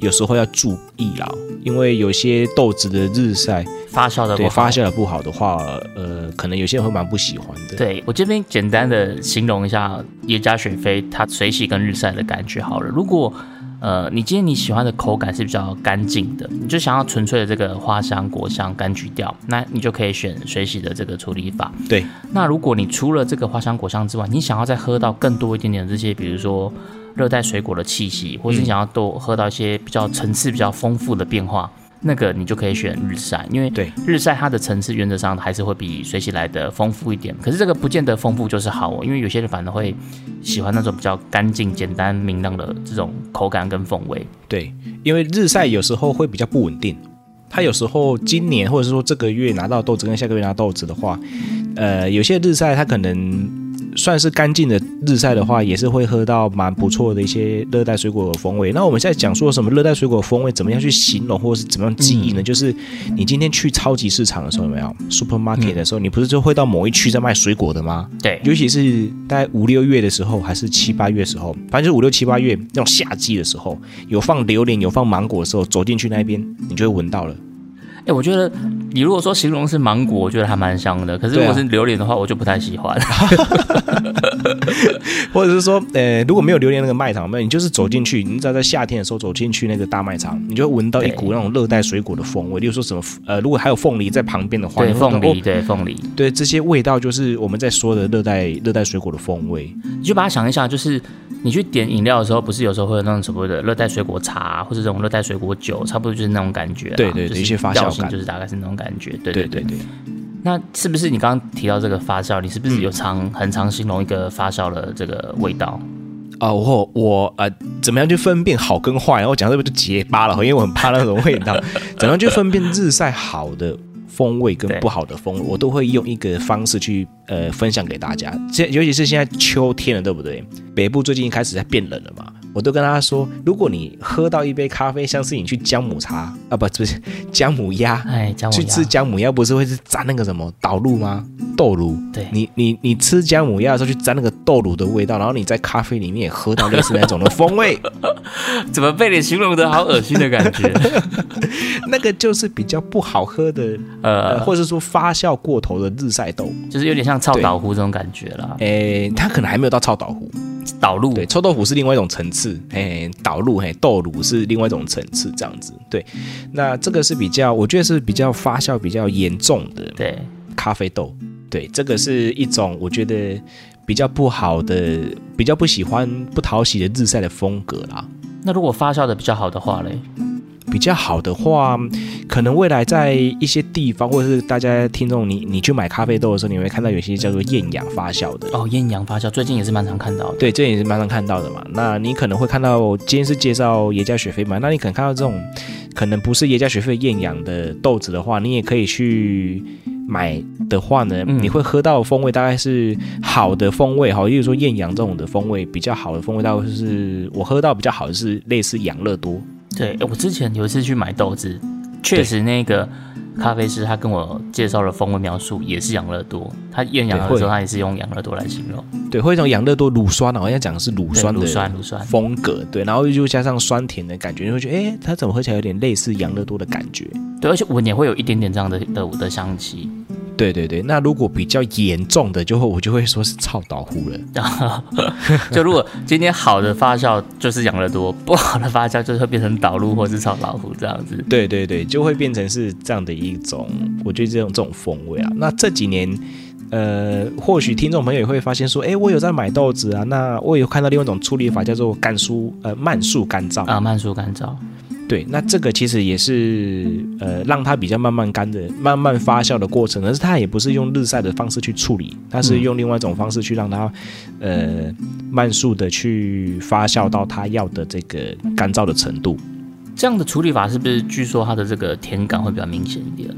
[SPEAKER 2] 有时候要注意啦，因为有些豆子的日晒
[SPEAKER 1] 发酵的
[SPEAKER 2] 对
[SPEAKER 1] 过
[SPEAKER 2] 发
[SPEAKER 1] 后。
[SPEAKER 2] 酵的不好的话，呃，可能有些人会蛮不喜欢的。，
[SPEAKER 1] 对我这边简单的形容一下耶加雪菲它水洗跟日晒的感觉好了。如果呃你今天你喜欢的口感是比较干净的，你就想要纯粹的这个花香、果香、柑橘调，那你就可以选水洗的这个处理法。
[SPEAKER 2] 对，
[SPEAKER 1] 那如果你除了这个花香、果香之外，你想要再喝到更多一点点这些，比如说热带水果的气息，或是你想要多喝到一些比较层次比较丰富的变化。
[SPEAKER 2] 嗯
[SPEAKER 1] 那个你就可以选日晒，因为
[SPEAKER 2] 对
[SPEAKER 1] 日晒它的层次原则上还是会比水洗来的丰富一点。可是这个不见得丰富就是好哦，因为有些人反而会喜欢那种比较干净、简单、明亮的这种口感跟风味。
[SPEAKER 2] 对，因为日晒有时候会比较不稳定，它有时候今年或者是说这个月拿到豆子跟下个月拿到豆子的话，呃，有些日晒它可能算是干净的日晒的话，也是会喝到蛮不错的一些热带水果的风味。那我们现在讲说什么热带水果风味怎么样去形容，或者是怎么样记忆呢？就是你今天去超级市场的时候，有没有 supermarket 的时候，你不是就会到某一区在卖水果的吗？
[SPEAKER 1] 对，
[SPEAKER 2] 尤其是大概五六月的时候，还是七八月的时候，反正就是五六七八月那种夏季的时候，有放榴莲、有放芒果的时候，走进去那边，你就会闻到了。
[SPEAKER 1] 哎、我觉得你如果说形容是芒果，我觉得还蛮香的。可是如果
[SPEAKER 2] 对啊
[SPEAKER 1] 是榴莲的话，我就不太喜欢。
[SPEAKER 2] 或者是说，呃，如果没有榴莲那个卖场，没有，你就是走进去，你只要在夏天的时候走进去那个大卖场，你就会闻到一股那种热带水果的风味。例如说什么，呃，如果还有凤梨在旁边的话，
[SPEAKER 1] 对，
[SPEAKER 2] 你会闻到
[SPEAKER 1] 凤梨，
[SPEAKER 2] 哦
[SPEAKER 1] 对凤梨。
[SPEAKER 2] 对，这些味道就是我们在说的热带热带水果的风味。
[SPEAKER 1] 你就把它想一下，就是你去点饮料的时候，不是有时候会有那种所谓的热带水果茶，啊或者这种热带水果酒，差不多就是那种感觉啦。
[SPEAKER 2] 对对对
[SPEAKER 1] 就是
[SPEAKER 2] 一些发酵
[SPEAKER 1] 调性
[SPEAKER 2] 感
[SPEAKER 1] 就是大概是那种感觉。对
[SPEAKER 2] 对
[SPEAKER 1] 对
[SPEAKER 2] 对
[SPEAKER 1] 对。
[SPEAKER 2] 对，
[SPEAKER 1] 那是不是你刚刚提到这个发酵，你是不
[SPEAKER 2] 嗯
[SPEAKER 1] 是有常、很常形容一个发酵的这个味道？
[SPEAKER 2] 啊、我我呃，怎么样去分辨好跟坏？然后我讲到这个就结巴了，因为我很怕那种味道。怎么样去分辨日晒好的风味跟
[SPEAKER 1] 对
[SPEAKER 2] 不好的风味？我都会用一个方式去呃分享给大家。现尤其是现在秋天了，对不对？北部最近开始在变冷了嘛，我都跟大家说，如果你喝到一杯咖啡，像是你去姜母茶啊，不，不是姜母鸭，
[SPEAKER 1] 哎，姜母
[SPEAKER 2] 去吃
[SPEAKER 1] 鸭，
[SPEAKER 2] 姜母鸭不是会是沾那个什么导入吗？豆乳。
[SPEAKER 1] 嗯对
[SPEAKER 2] 你你你吃姜母鸭的时候去沾那个豆乳的味道，然后你在咖啡里面也喝到类似那种的风 味，
[SPEAKER 1] 怎么被你形容的好恶心的感觉？
[SPEAKER 2] 那个就是比较不好喝的，呃，
[SPEAKER 1] 呃，
[SPEAKER 2] 或者说发酵过头的日晒豆。
[SPEAKER 1] 就是有点像臭岛湖这种感觉啦。
[SPEAKER 2] 诶，它可能还没有到臭豆腐，
[SPEAKER 1] 嗯导入
[SPEAKER 2] 对，臭豆腐是另外一种层次，诶，导入嘿豆乳是另外一种层次，这样子。对，那这个是比较，我觉得是比较发酵比较严重的，
[SPEAKER 1] 对，
[SPEAKER 2] 咖啡豆。对，这个是一种我觉得比较不好的、比较不喜欢、不讨喜的日晒的风格啦。
[SPEAKER 1] 那如果发酵的比较好的话嘞，
[SPEAKER 2] 比较好的话，可能未来在一些地方，或者是大家听众，你你去买咖啡豆的时候，你会看到有些叫做厌氧发酵的。
[SPEAKER 1] 哦，艳阳发酵最近也是蛮常看到的。
[SPEAKER 2] 对，这也是蛮常看到的嘛。那你可能会看到，今天是介绍耶加雪菲嘛，那你可能看到这种可能不是耶加雪菲厌氧的豆子的话，你也可以去买的话呢，
[SPEAKER 1] 嗯
[SPEAKER 2] 你会喝到的风味大概是好的风味呃哈，例如说厌氧这种的风味比较好的风味，大概是我喝到比较好的是类似养乐多，
[SPEAKER 1] 对，我之前有一次去买豆子，确实那个咖啡师，他跟我介绍了风味描述也是养乐多，他验养乐
[SPEAKER 2] 对
[SPEAKER 1] 多，
[SPEAKER 2] 会
[SPEAKER 1] 他也是用养乐多来形容，
[SPEAKER 2] 对，会有一种养乐多乳酸，好像讲的是乳
[SPEAKER 1] 对
[SPEAKER 2] 酸的
[SPEAKER 1] 乳酸乳酸
[SPEAKER 2] 风格，对，然后又加上酸甜的感觉，你会觉得，哎，它怎么喝起来有点类似养乐多的感觉？
[SPEAKER 1] 对，而且闻也会有一点点这样的的的香气，
[SPEAKER 2] 对对对，那如果比较严重的，就会我就会说是臭岛呼了。
[SPEAKER 1] 就如果今天好的发酵就是养乐多，不好的发酵就是会变成导入或是炒老虎这样子。
[SPEAKER 2] 对对对，就会变成是这样的一种，我觉得这种这种风味啊。那这几年，呃，或许听众朋友也会发现说，哎，我有在买豆子啊，那我有看到另外一种处理法叫做干疏，呃，慢速干燥
[SPEAKER 1] 啊，慢速干燥，
[SPEAKER 2] 对，那这个其实也是呃，让它比较慢慢干的、慢慢发酵的过程，可是它也不是用日晒的方式去处理，它是用另外一种方式去让它呃慢速的去发酵到它要的这个干燥的程度。
[SPEAKER 1] 这样的处理法是不是据说它的这个甜感会比较明显一点？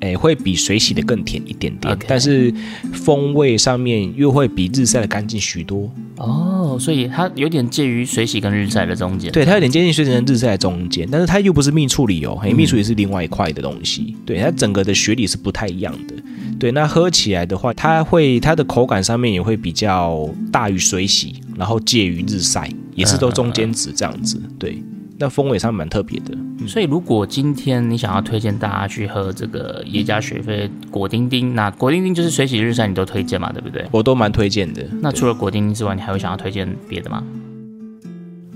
[SPEAKER 2] 诶，会比水洗的更甜一点点
[SPEAKER 1] OK
[SPEAKER 2] 但是风味上面又会比日晒的干净许多。
[SPEAKER 1] 哦，所以它有点介于水洗跟日晒的中间。
[SPEAKER 2] 对，它有点接近水蒸日晒的中间，但是它又不是蜜处理哦，嘿，蜜处理是另外一块的东西。对，它整个的学理是不太一样的。对，那喝起来的话，它会它的口感上面也会比较大于水洗，然后介于日晒，也是都中间值这样子。对，那风味上蛮特别的。
[SPEAKER 1] 所以，如果今天你想要推荐大家去喝这个耶加雪菲果丁丁，那果丁丁就是水洗日晒你都推荐嘛，对不对？
[SPEAKER 2] 我都蛮推荐的。
[SPEAKER 1] 那
[SPEAKER 2] 对
[SPEAKER 1] 除了果丁丁之外，你还会想要推荐别的吗？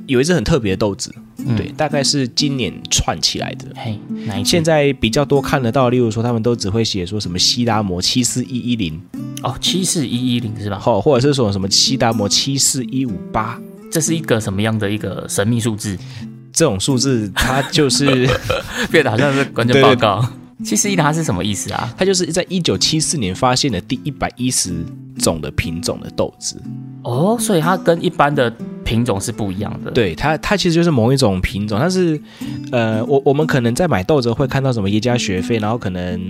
[SPEAKER 2] 有一只很特别的豆子，
[SPEAKER 1] 嗯
[SPEAKER 2] 对，，大概是今年串起来的。
[SPEAKER 1] 嘿，哪一
[SPEAKER 2] 现
[SPEAKER 1] 件？
[SPEAKER 2] 在比较多看得到，例如说他们都只会写说什么西达摩七四一一零，
[SPEAKER 1] 哦，七四一一零是吧？
[SPEAKER 2] 好，或者是说什么西达摩七四一五八
[SPEAKER 1] 这是一个什么样的一个神秘数字？
[SPEAKER 2] 这种数字，它就是
[SPEAKER 1] 变得好像是关键
[SPEAKER 2] 对
[SPEAKER 1] 报
[SPEAKER 2] 对
[SPEAKER 1] 告。七四一零它是什么意思啊？
[SPEAKER 2] 它就是在一九七四年发现的第一百一十种的品种的豆子。
[SPEAKER 1] 哦，所以它跟一般的品种是不一样的。，
[SPEAKER 2] 对它，它其实就是某一种品种，但是，呃，我我们可能在买豆子会看到什么耶加学费，然后可能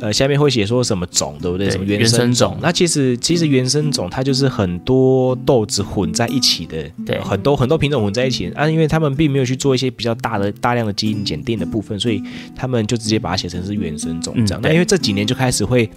[SPEAKER 2] 呃下面会写说什么种，对不对？
[SPEAKER 1] 对
[SPEAKER 2] 什么
[SPEAKER 1] 原
[SPEAKER 2] 原
[SPEAKER 1] 生
[SPEAKER 2] 生
[SPEAKER 1] 种
[SPEAKER 2] 种。那其实其
[SPEAKER 1] 嗯
[SPEAKER 2] 实原生种它就是很多豆子混在一起的，
[SPEAKER 1] 对
[SPEAKER 2] 很多很多品种混在一起啊，因为他们并没有去做一些比较大的大量的基因检定的部分，所以他们就直接把它写成是原生种
[SPEAKER 1] 嗯
[SPEAKER 2] 这样。
[SPEAKER 1] 对
[SPEAKER 2] 那因为这几年就开始会。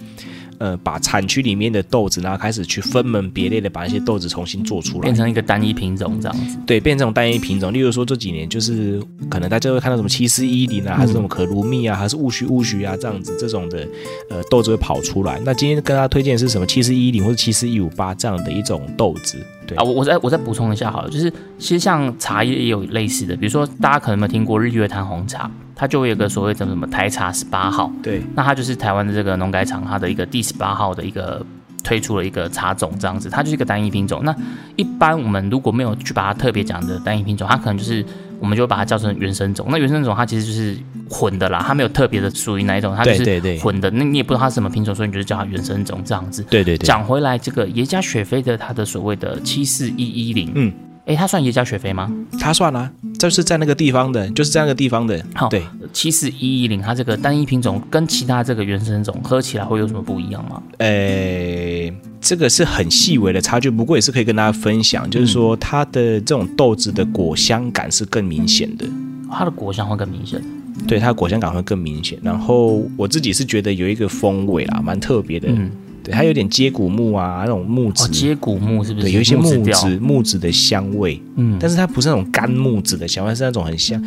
[SPEAKER 2] 呃，把产区里面的豆子，然后开始去分门别类的把那些豆子重新做出来
[SPEAKER 1] 变，成一个单一品种这样子。
[SPEAKER 2] 对，变成这种单一品种。例如说这几年就是可能大家会看到什么七四一零啊，还是什
[SPEAKER 1] 嗯
[SPEAKER 2] 么可鲁蜜啊，还是戊戌戊戌啊这样子这种的呃豆子会跑出来。那今天跟大家推荐的是什么七四一零或者七四一五八这样的一种豆子，对
[SPEAKER 1] 啊，我我再我再补充一下好了，就是其实像茶叶也有类似的，比如说大家可能有没有听过日月潭红茶，它就会有一个所谓的什么台茶十八号，
[SPEAKER 2] 对
[SPEAKER 1] 那它就是台湾的这个农改场它的一个第十八号的一个推出了一个茶种这样子，它就是一个单一品种。那一般我们如果没有去把它特别讲的单一品种，它可能就是我们就会把它叫成原生种。那原生种它其实就是混的啦，它没有特别的属于哪一种，它就
[SPEAKER 2] 对
[SPEAKER 1] 是
[SPEAKER 2] 对对
[SPEAKER 1] 混的。那你也不知道它是什么品种，所以你就是叫它原生种这样子。
[SPEAKER 2] 对对对，
[SPEAKER 1] 讲回来，这个耶加雪菲的它的所谓的七四一一零，
[SPEAKER 2] 嗯，
[SPEAKER 1] 哎，它算耶加雪菲吗？
[SPEAKER 2] 它算啦、就是在那个地方的，就是在那个地方的
[SPEAKER 1] 好，
[SPEAKER 2] 对。
[SPEAKER 1] 七四一一零，它这个单一品种跟其他这个原生种喝起来会有什么不一样吗？
[SPEAKER 2] 呃，这个是很细微的差距，不过也是可以跟大家分享，
[SPEAKER 1] 嗯
[SPEAKER 2] 就是说它的这种豆子的果香感是更明显的。
[SPEAKER 1] 它的果香会更明显。
[SPEAKER 2] 对它的果香感会更明显。然后我自己是觉得有一个风味啦，蛮特别的。
[SPEAKER 1] 嗯，
[SPEAKER 2] 对，它有点接骨木啊，那种木质，
[SPEAKER 1] 哦，接骨木是不是？
[SPEAKER 2] 对，有一些木
[SPEAKER 1] 质调。
[SPEAKER 2] 质木质的香味。
[SPEAKER 1] 嗯，
[SPEAKER 2] 但是它不是那种干木质的香味，它是那种很香，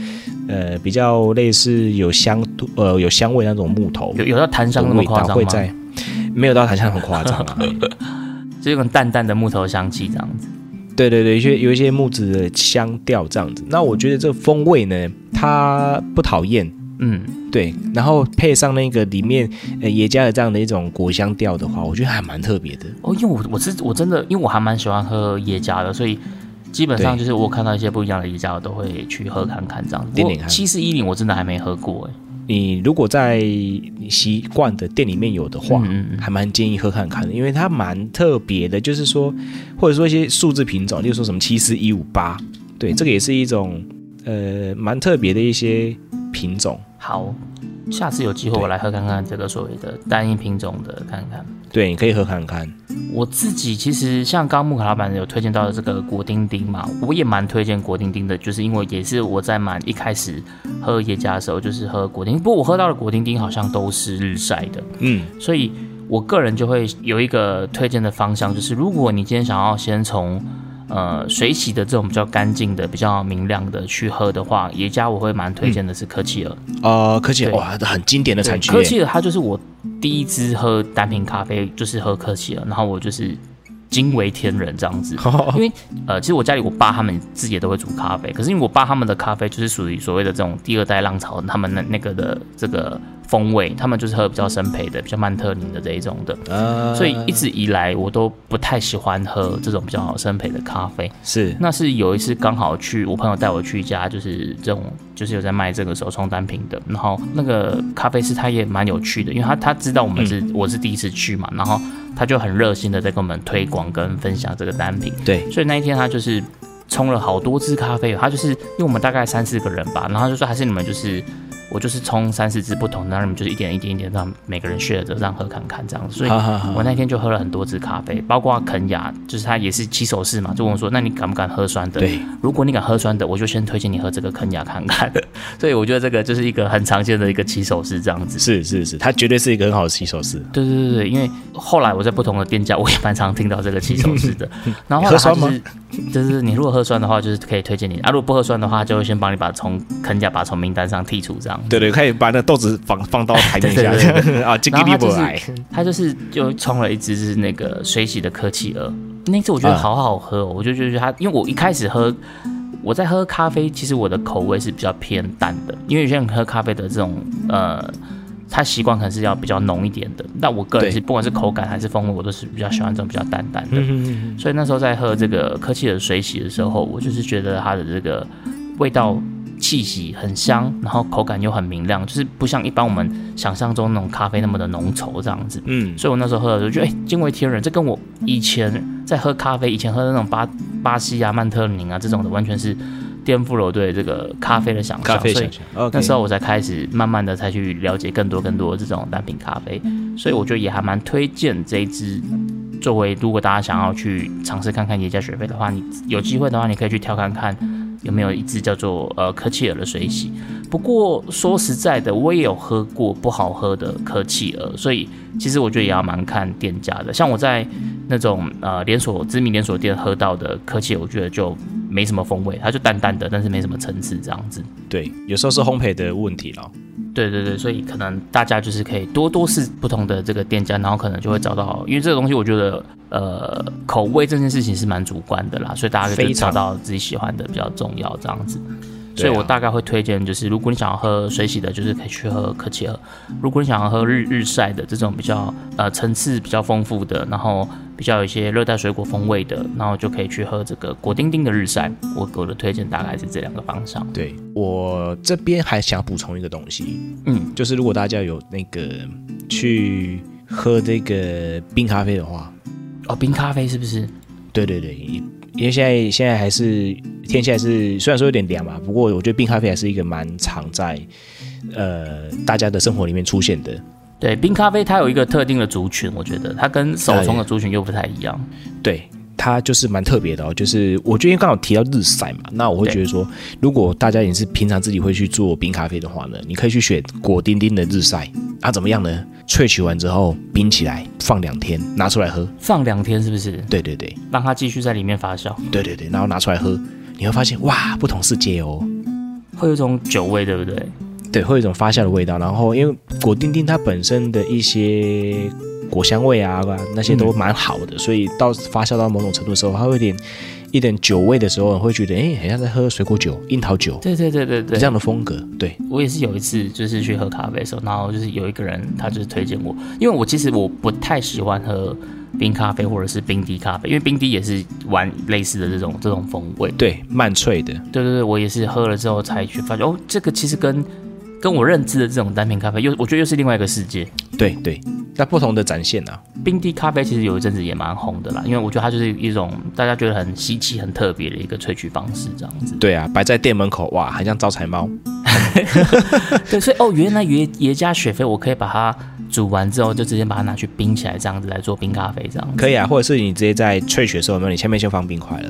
[SPEAKER 2] 呃，比较类似有香呃有香味那种木头
[SPEAKER 1] 有有到檀
[SPEAKER 2] 的
[SPEAKER 1] 香那么
[SPEAKER 2] 味
[SPEAKER 1] 夸
[SPEAKER 2] 道
[SPEAKER 1] 张
[SPEAKER 2] 会
[SPEAKER 1] 吗？
[SPEAKER 2] 在，没有到檀香很夸张 啊。
[SPEAKER 1] 就有种淡淡的木头香气这样子。
[SPEAKER 2] 对对对，有一些有一些木质的香调这样子。那我觉得这个风味呢，它不讨厌，
[SPEAKER 1] 嗯，
[SPEAKER 2] 对，然后配上那个里面呃也加了这样的一种果香调的话，我觉得还蛮特别的。
[SPEAKER 1] 哦，因为我我是我真的，因为我还蛮喜欢喝耶加的，所以基本上
[SPEAKER 2] 对
[SPEAKER 1] 就是我看到一些不一样的耶加，我都会去喝看看这样子。
[SPEAKER 2] 点
[SPEAKER 1] 我
[SPEAKER 2] 点看
[SPEAKER 1] 七四一零我真的还没喝过哎、
[SPEAKER 2] 你如果在你习惯的店里面有的话，
[SPEAKER 1] 嗯嗯嗯
[SPEAKER 2] 还蛮建议喝看看的，因为它蛮特别的，就是说或者说一些数字品种，例如说什么七四一五八，对，这个也是一种呃蛮特别的一些品种。
[SPEAKER 1] 好，下次有机会我来喝看看这个所谓的单一品种的看看。
[SPEAKER 2] 对，你可以喝看看。
[SPEAKER 1] 我自己其实像刚木卡老板有推荐到的这个国丁丁嘛，我也蛮推荐国丁丁的，就是因为也是我在蛮一开始喝耶加的时候，就是喝国丁，不过我喝到的国丁丁好像都是日晒的，
[SPEAKER 2] 嗯，
[SPEAKER 1] 所以我个人就会有一个推荐的方向，就是如果你今天想要先从呃水洗的这种比较干净的、比较明亮的去喝的话，耶加我会蛮推荐的是科契尔。
[SPEAKER 2] 呃，科技
[SPEAKER 1] 对
[SPEAKER 2] 哇，很经典的
[SPEAKER 1] 对
[SPEAKER 2] 产区耶。
[SPEAKER 1] 科契尔它就是我第一支喝单品咖啡，就是喝科契尔，然后我就是惊为天人这样子。因为呃，其实我家里我爸他们自己也都会煮咖啡，可是因为我爸他们的咖啡就是属于所谓的这种第二代浪潮，他们那那个的这个风味，他们就是喝比较生培的、比较曼特宁的这一种的，
[SPEAKER 2] 呃
[SPEAKER 1] 所以一直以来我都不太喜欢喝这种比较生培的咖啡。
[SPEAKER 2] 啊是
[SPEAKER 1] 那是有一次刚好去我朋友带我去一家，就是这种就是有在卖这个手冲单品的，然后那个咖啡师他也蛮有趣的，因为他他知道我们是、我是第一次去嘛，然后他就很热心的在跟我们推广跟分享这个单品，
[SPEAKER 2] 对，
[SPEAKER 1] 所以那一天他就是冲了好多支咖啡，他就是因为我们大概三四个人吧，然后他就说还是你们就是。我就是冲三四支不同的，然后你们就是一点一点一点让每个人 share 着这样喝看看这样子，所以
[SPEAKER 2] 好好好
[SPEAKER 1] 我那天就喝了很多支咖啡，包括肯雅，就是他也是起手式嘛，就问我说：“那你敢不敢喝酸的？”
[SPEAKER 2] 对，
[SPEAKER 1] 如果你敢喝酸的，我就先推荐你喝这个肯雅看看。 所以我觉得这个就是一个很常见的一个起手式这样子。
[SPEAKER 2] 是是是，它绝对是一个很好的洗手式。
[SPEAKER 1] 对对对对，因为后来我在不同的店家，我也蛮常听到这个起手式的。然后后来他就是，就是你如果喝酸的话，就是可以推荐你；啊，如果不喝酸的话，就会先帮你把从肯雅把从名单上剔除这样。
[SPEAKER 2] 对对，可以把那豆子放放到台 面
[SPEAKER 1] 对对
[SPEAKER 2] 下 啊，这个
[SPEAKER 1] 然后
[SPEAKER 2] 你
[SPEAKER 1] 他
[SPEAKER 2] 不
[SPEAKER 1] 就是
[SPEAKER 2] 来，
[SPEAKER 1] 他就是就冲了一支是那个水洗的科奇尔，那次我觉得
[SPEAKER 2] 嗯
[SPEAKER 1] 好好喝、哦，我就觉得它，因为我一开始喝，我在喝咖啡，其实我的口味是比较偏淡的，因为有些人喝咖啡的这种呃，他习惯可能是要比较浓一点的，那我个人是
[SPEAKER 2] 对
[SPEAKER 1] 不管是口感还是风味，我都是比较喜欢这种比较淡淡的。
[SPEAKER 2] 嗯
[SPEAKER 1] 所以那时候在喝这个科契尔水洗的时候，我就是觉得它的这个味道气息很香，然后口感又很明亮，就是不像一般我们想象中那种咖啡那么的浓稠这样子。
[SPEAKER 2] 嗯，
[SPEAKER 1] 所以我那时候喝的时候觉得，哎、惊为天人！这跟我以前在喝咖啡，以前喝的那种巴巴西啊、曼特宁啊这种的，完全是颠覆了我对这个咖啡的想象。
[SPEAKER 2] 咖啡
[SPEAKER 1] 所以
[SPEAKER 2] 想象，OK，
[SPEAKER 1] 那时候我才开始慢慢的才去了解更多更多这种单品咖啡，所以我觉得也还蛮推荐这一支。作为如果大家想要去尝试看看耶加雪菲的话，你有机会的话，你可以去挑看看有没有一支叫做呃科契尔的水洗。不过说实在的，我也有喝过不好喝的科契尔，所以其实我觉得也要蛮看店家的。像我在那种呃连锁知名连锁店喝到的科契尔，我觉得就没什么风味，它就淡淡的，但是没什么层次这样子。
[SPEAKER 2] 对，有时候是烘焙的问题了。
[SPEAKER 1] 对对对，所以可能大家就是可以多多试不同的这个店家，然后可能就会找到，因为这个东西我觉得，呃，口味这件事情是蛮主观的啦，所以大家就
[SPEAKER 2] 非
[SPEAKER 1] 是找
[SPEAKER 2] 常
[SPEAKER 1] 到自己喜欢的比较重要这样子。所
[SPEAKER 2] 对啊
[SPEAKER 1] 以我大概会推荐，就是如果你想要喝水洗的，就是可以去喝科奇尔；如果你想要喝日日晒的这种比较呃层次比较丰富的，然后比较有一些热带水果风味的，然后就可以去喝这个果丁丁的日晒。我给我的推荐大概是这两个方向。
[SPEAKER 2] 对我这边还想补充一个东西，
[SPEAKER 1] 嗯，
[SPEAKER 2] 就是如果大家有那个去喝这个冰咖啡的话，
[SPEAKER 1] 哦，冰咖啡是不是？
[SPEAKER 2] 对对对，因为现在现在还是天气还是虽然说有点凉嘛，不过我觉得冰咖啡还是一个蛮常在呃大家的生活里面出现的。
[SPEAKER 1] 对，冰咖啡它有一个特定的族群，我觉得它跟手冲的族群又不太一样。
[SPEAKER 2] 对，它就是蛮特别的哦。就是我觉得因为刚好提到日晒嘛，那我会觉得说，如果大家也是平常自己会去做冰咖啡的话呢，你可以去选果丁丁的日晒啊，怎么样呢？萃取完之后冰起来，放两天，拿出来喝。
[SPEAKER 1] 放两天是不是？
[SPEAKER 2] 对对对
[SPEAKER 1] 让它继续在里面发酵，
[SPEAKER 2] 对对对，然后拿出来喝，你会发现哇，不同世界哦。
[SPEAKER 1] 会有一种酒味，对不对？
[SPEAKER 2] 对，会有一种发酵的味道。然后因为果丁丁它本身的一些果香味啊那些都蛮好的，所以到发酵到某种程度的时候，它会有点一点酒味的时候，你会觉得哎，很像在喝水果酒、樱桃酒
[SPEAKER 1] 对对对对
[SPEAKER 2] 这
[SPEAKER 1] 对，
[SPEAKER 2] 样的风格。对，
[SPEAKER 1] 我也是有一次就是去喝咖啡的时候，然后就是有一个人他就是推荐我，因为我其实我不太喜欢喝冰咖啡或者是冰滴咖啡，因为冰滴也是玩类似的这种这种风味。
[SPEAKER 2] 对，慢脆的，
[SPEAKER 1] 对对对，我也是喝了之后才去发现，哦，这个其实跟跟我认知的这种单品咖啡又我觉得又是另外一个世界。
[SPEAKER 2] 对对，那不同的展现啊，
[SPEAKER 1] 冰滴咖啡其实有一阵子也蛮红的啦，因为我觉得它就是一种大家觉得很稀奇、很特别的一个萃取方式，这样子。
[SPEAKER 2] 对啊，摆在店门口哇，很像招财猫。
[SPEAKER 1] 对，所以哦，原来耶耶加雪菲，我可以把它煮完之后就直接把它拿去冰起来，这样子来做冰咖啡这样子。
[SPEAKER 2] 可以啊，或者是你直接在萃取的时候，有没有你下面先放冰块了，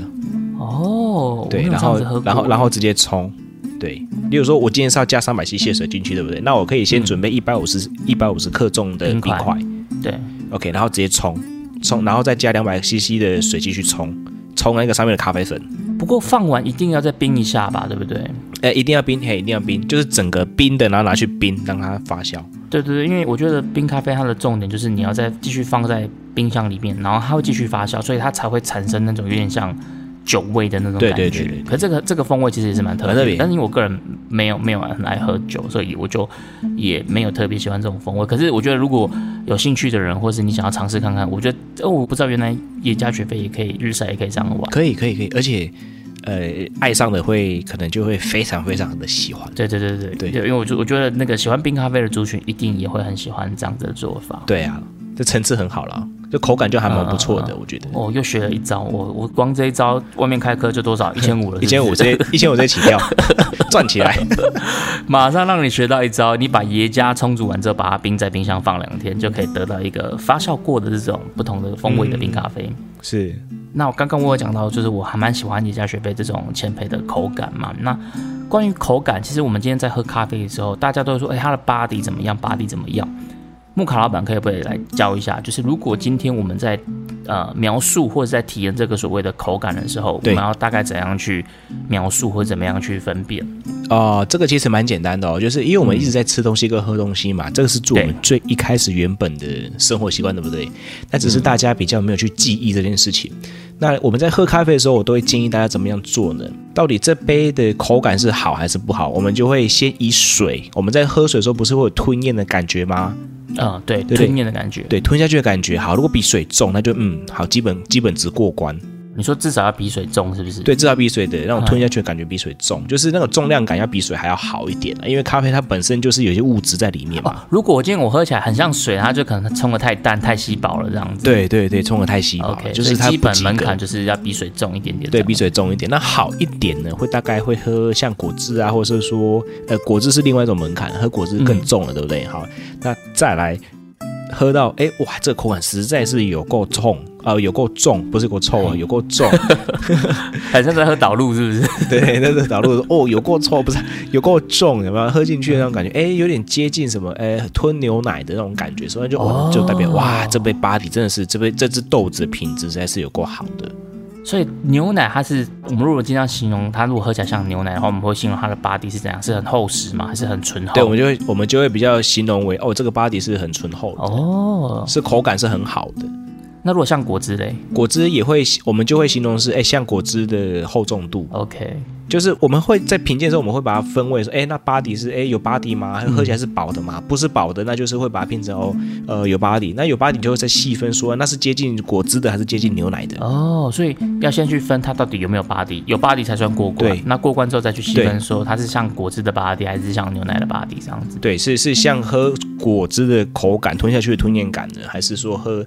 [SPEAKER 1] 哦，我
[SPEAKER 2] 对，
[SPEAKER 1] 没有
[SPEAKER 2] 然
[SPEAKER 1] 这样
[SPEAKER 2] 后
[SPEAKER 1] 子喝过
[SPEAKER 2] 然后然后直接冲，对。例如说，我今天是要加三百 CC 的水进去，对不对？那我可以先准备一百五十一百五十克重的
[SPEAKER 1] 冰
[SPEAKER 2] 嗯冰
[SPEAKER 1] 块
[SPEAKER 2] 块
[SPEAKER 1] 对，
[SPEAKER 2] ，OK，然后直接冲冲，然后再加两百 CC 的水继续冲，冲那个上面的咖啡粉。
[SPEAKER 1] 不过放完一定要再冰一下吧，对不对？
[SPEAKER 2] 哎、一定要冰，嘿，一定要冰，就是整个冰的，然后拿去冰，让它发酵。
[SPEAKER 1] 对对对，因为我觉得冰咖啡它的重点就是你要再继续放在冰箱里面，然后它会继续发酵，所以它才会产生那种有点像酒味的那种感
[SPEAKER 2] 对
[SPEAKER 1] 觉。
[SPEAKER 2] 对对对对
[SPEAKER 1] 可这个这个风味其实也是蛮特别
[SPEAKER 2] 蛮特
[SPEAKER 1] 的，
[SPEAKER 2] 别
[SPEAKER 1] 但是因为我个人没有没有很爱喝酒，所以我就也没有特别喜欢这种风味。可是我觉得如果有兴趣的人，或是你想要尝试看看，我觉得哦，我不知道原来耶加雪菲也可以日晒也可以这样玩。
[SPEAKER 2] 可以，可以，可以，而且，呃，爱上的会可能就会非常非常的喜欢。
[SPEAKER 1] 对对对对
[SPEAKER 2] 对
[SPEAKER 1] 因为我就我觉得那个喜欢冰咖啡的族群一定也会很喜欢这样子的做法。
[SPEAKER 2] 对啊，这层次很好了，就口感就还蛮不错的，
[SPEAKER 1] 嗯
[SPEAKER 2] 我觉得。
[SPEAKER 1] 哦，又学了一招，我我光这一招，外面开课就多 少一千五了，
[SPEAKER 2] 一千五
[SPEAKER 1] 是
[SPEAKER 2] 直接一千五直接起 跳，赚起来。
[SPEAKER 1] 不是，马上让你学到一招，你把椰加冲煮完之后，把它冰在冰箱放两天，就可以得到一个发酵过的这种不同的风味的冰咖啡。
[SPEAKER 2] 是，
[SPEAKER 1] 那我刚刚我有讲到，就是我还蛮喜欢野加雪菲这种浅焙的口感嘛。那关于口感，其实我们今天在喝咖啡的时候，大家都会说，哎、它的 body 怎么样，body 怎么样？木卡老板可以不可以来教一下？就是如果今天我们在呃描述或者在体验这个所谓的口感的时候，我
[SPEAKER 2] 对
[SPEAKER 1] 们要大概怎样去描述或者怎么样去分辨？
[SPEAKER 2] 哦，这个其实蛮简单的哦，就是因为我们一直在吃东西跟喝东西嘛，这个是做我们
[SPEAKER 1] 对
[SPEAKER 2] 最一开始原本的生活习惯，对不对？那只是大家比较没有去记忆这件事情。那我们在喝咖啡的时候，我都会建议大家怎么样做呢？到底这杯的口感是好还是不好？我们就会先以水，我们在喝水的时候不是会有吞咽的感觉吗？
[SPEAKER 1] 嗯、对，
[SPEAKER 2] 对对
[SPEAKER 1] 吞咽的感觉。，
[SPEAKER 2] 对，吞下去的感觉好。如果比水重，那就嗯好，基本基本值过关。
[SPEAKER 1] 你说至少要比水重，是不是？
[SPEAKER 2] 对，至少比水的那
[SPEAKER 1] 嗯
[SPEAKER 2] 种吞下去的感觉比水重，就是那种重量感要比水还要好一点啊，因为咖啡它本身就是有一些物质在里面嘛。
[SPEAKER 1] 哦。如果我今天我喝起来很像水，它就可能冲的太淡、太稀薄了这样子。
[SPEAKER 2] 对对对，冲的太稀薄
[SPEAKER 1] OK，
[SPEAKER 2] 啊就是
[SPEAKER 1] 所
[SPEAKER 2] 它
[SPEAKER 1] 以基
[SPEAKER 2] 不
[SPEAKER 1] 本
[SPEAKER 2] 及
[SPEAKER 1] 门
[SPEAKER 2] 格
[SPEAKER 1] 槛就是要比水重一点点。
[SPEAKER 2] 对比，水重一点。那好一点呢，会大概会喝像果汁啊，或者是说呃果汁是另外一种门槛，喝果汁
[SPEAKER 1] 嗯
[SPEAKER 2] 更重了，对不对？好，那再来喝到哎哇，这个口感实在是有够重啊、有够重，不是有够臭
[SPEAKER 1] 哎
[SPEAKER 2] 啊，有够重。
[SPEAKER 1] 很像在喝导入，是不是？
[SPEAKER 2] 对，那个导入哦，有够臭，不是有够重，有没有？喝进去的那种感觉，哎，有点接近什么，哎，吞牛奶的那种感觉，所以就、哦、就代表哇，这杯巴黎真的是这杯这只豆子的品质实在是有够好的。
[SPEAKER 1] 所以牛奶它是我们如果经常形容它，如果喝起来像牛奶的话，我们会形容它的 body 是怎样？是很厚实吗？还是很醇厚？
[SPEAKER 2] 对，我们就会我们就会比较形容为哦，这个巴黎是很醇厚的，
[SPEAKER 1] 哦，
[SPEAKER 2] 是口感是很好的。
[SPEAKER 1] 那如果像果汁嘞
[SPEAKER 2] 果汁也会，我们就会形容是哎，像果汁的厚重度，
[SPEAKER 1] ？OK，
[SPEAKER 2] 就是我们会在评鉴的时候，我们会把它分位说，哎，那巴迪是哎有巴迪吗？喝起来是薄的吗？不是薄的，那就是会把它变成哦，呃有巴迪。那有巴迪就会再细分说，那是接近果汁的还是接近牛奶的？
[SPEAKER 1] 哦，所以要先去分它到底有没有 body，有 body 才算过关
[SPEAKER 2] 对。
[SPEAKER 1] 那过关之后再去细分
[SPEAKER 2] 对
[SPEAKER 1] 说它是像果汁的 body 还是像牛奶的 body 这样子。
[SPEAKER 2] 对，是是像喝果汁的口感，吞下去的吞咽感呢，还是说喝，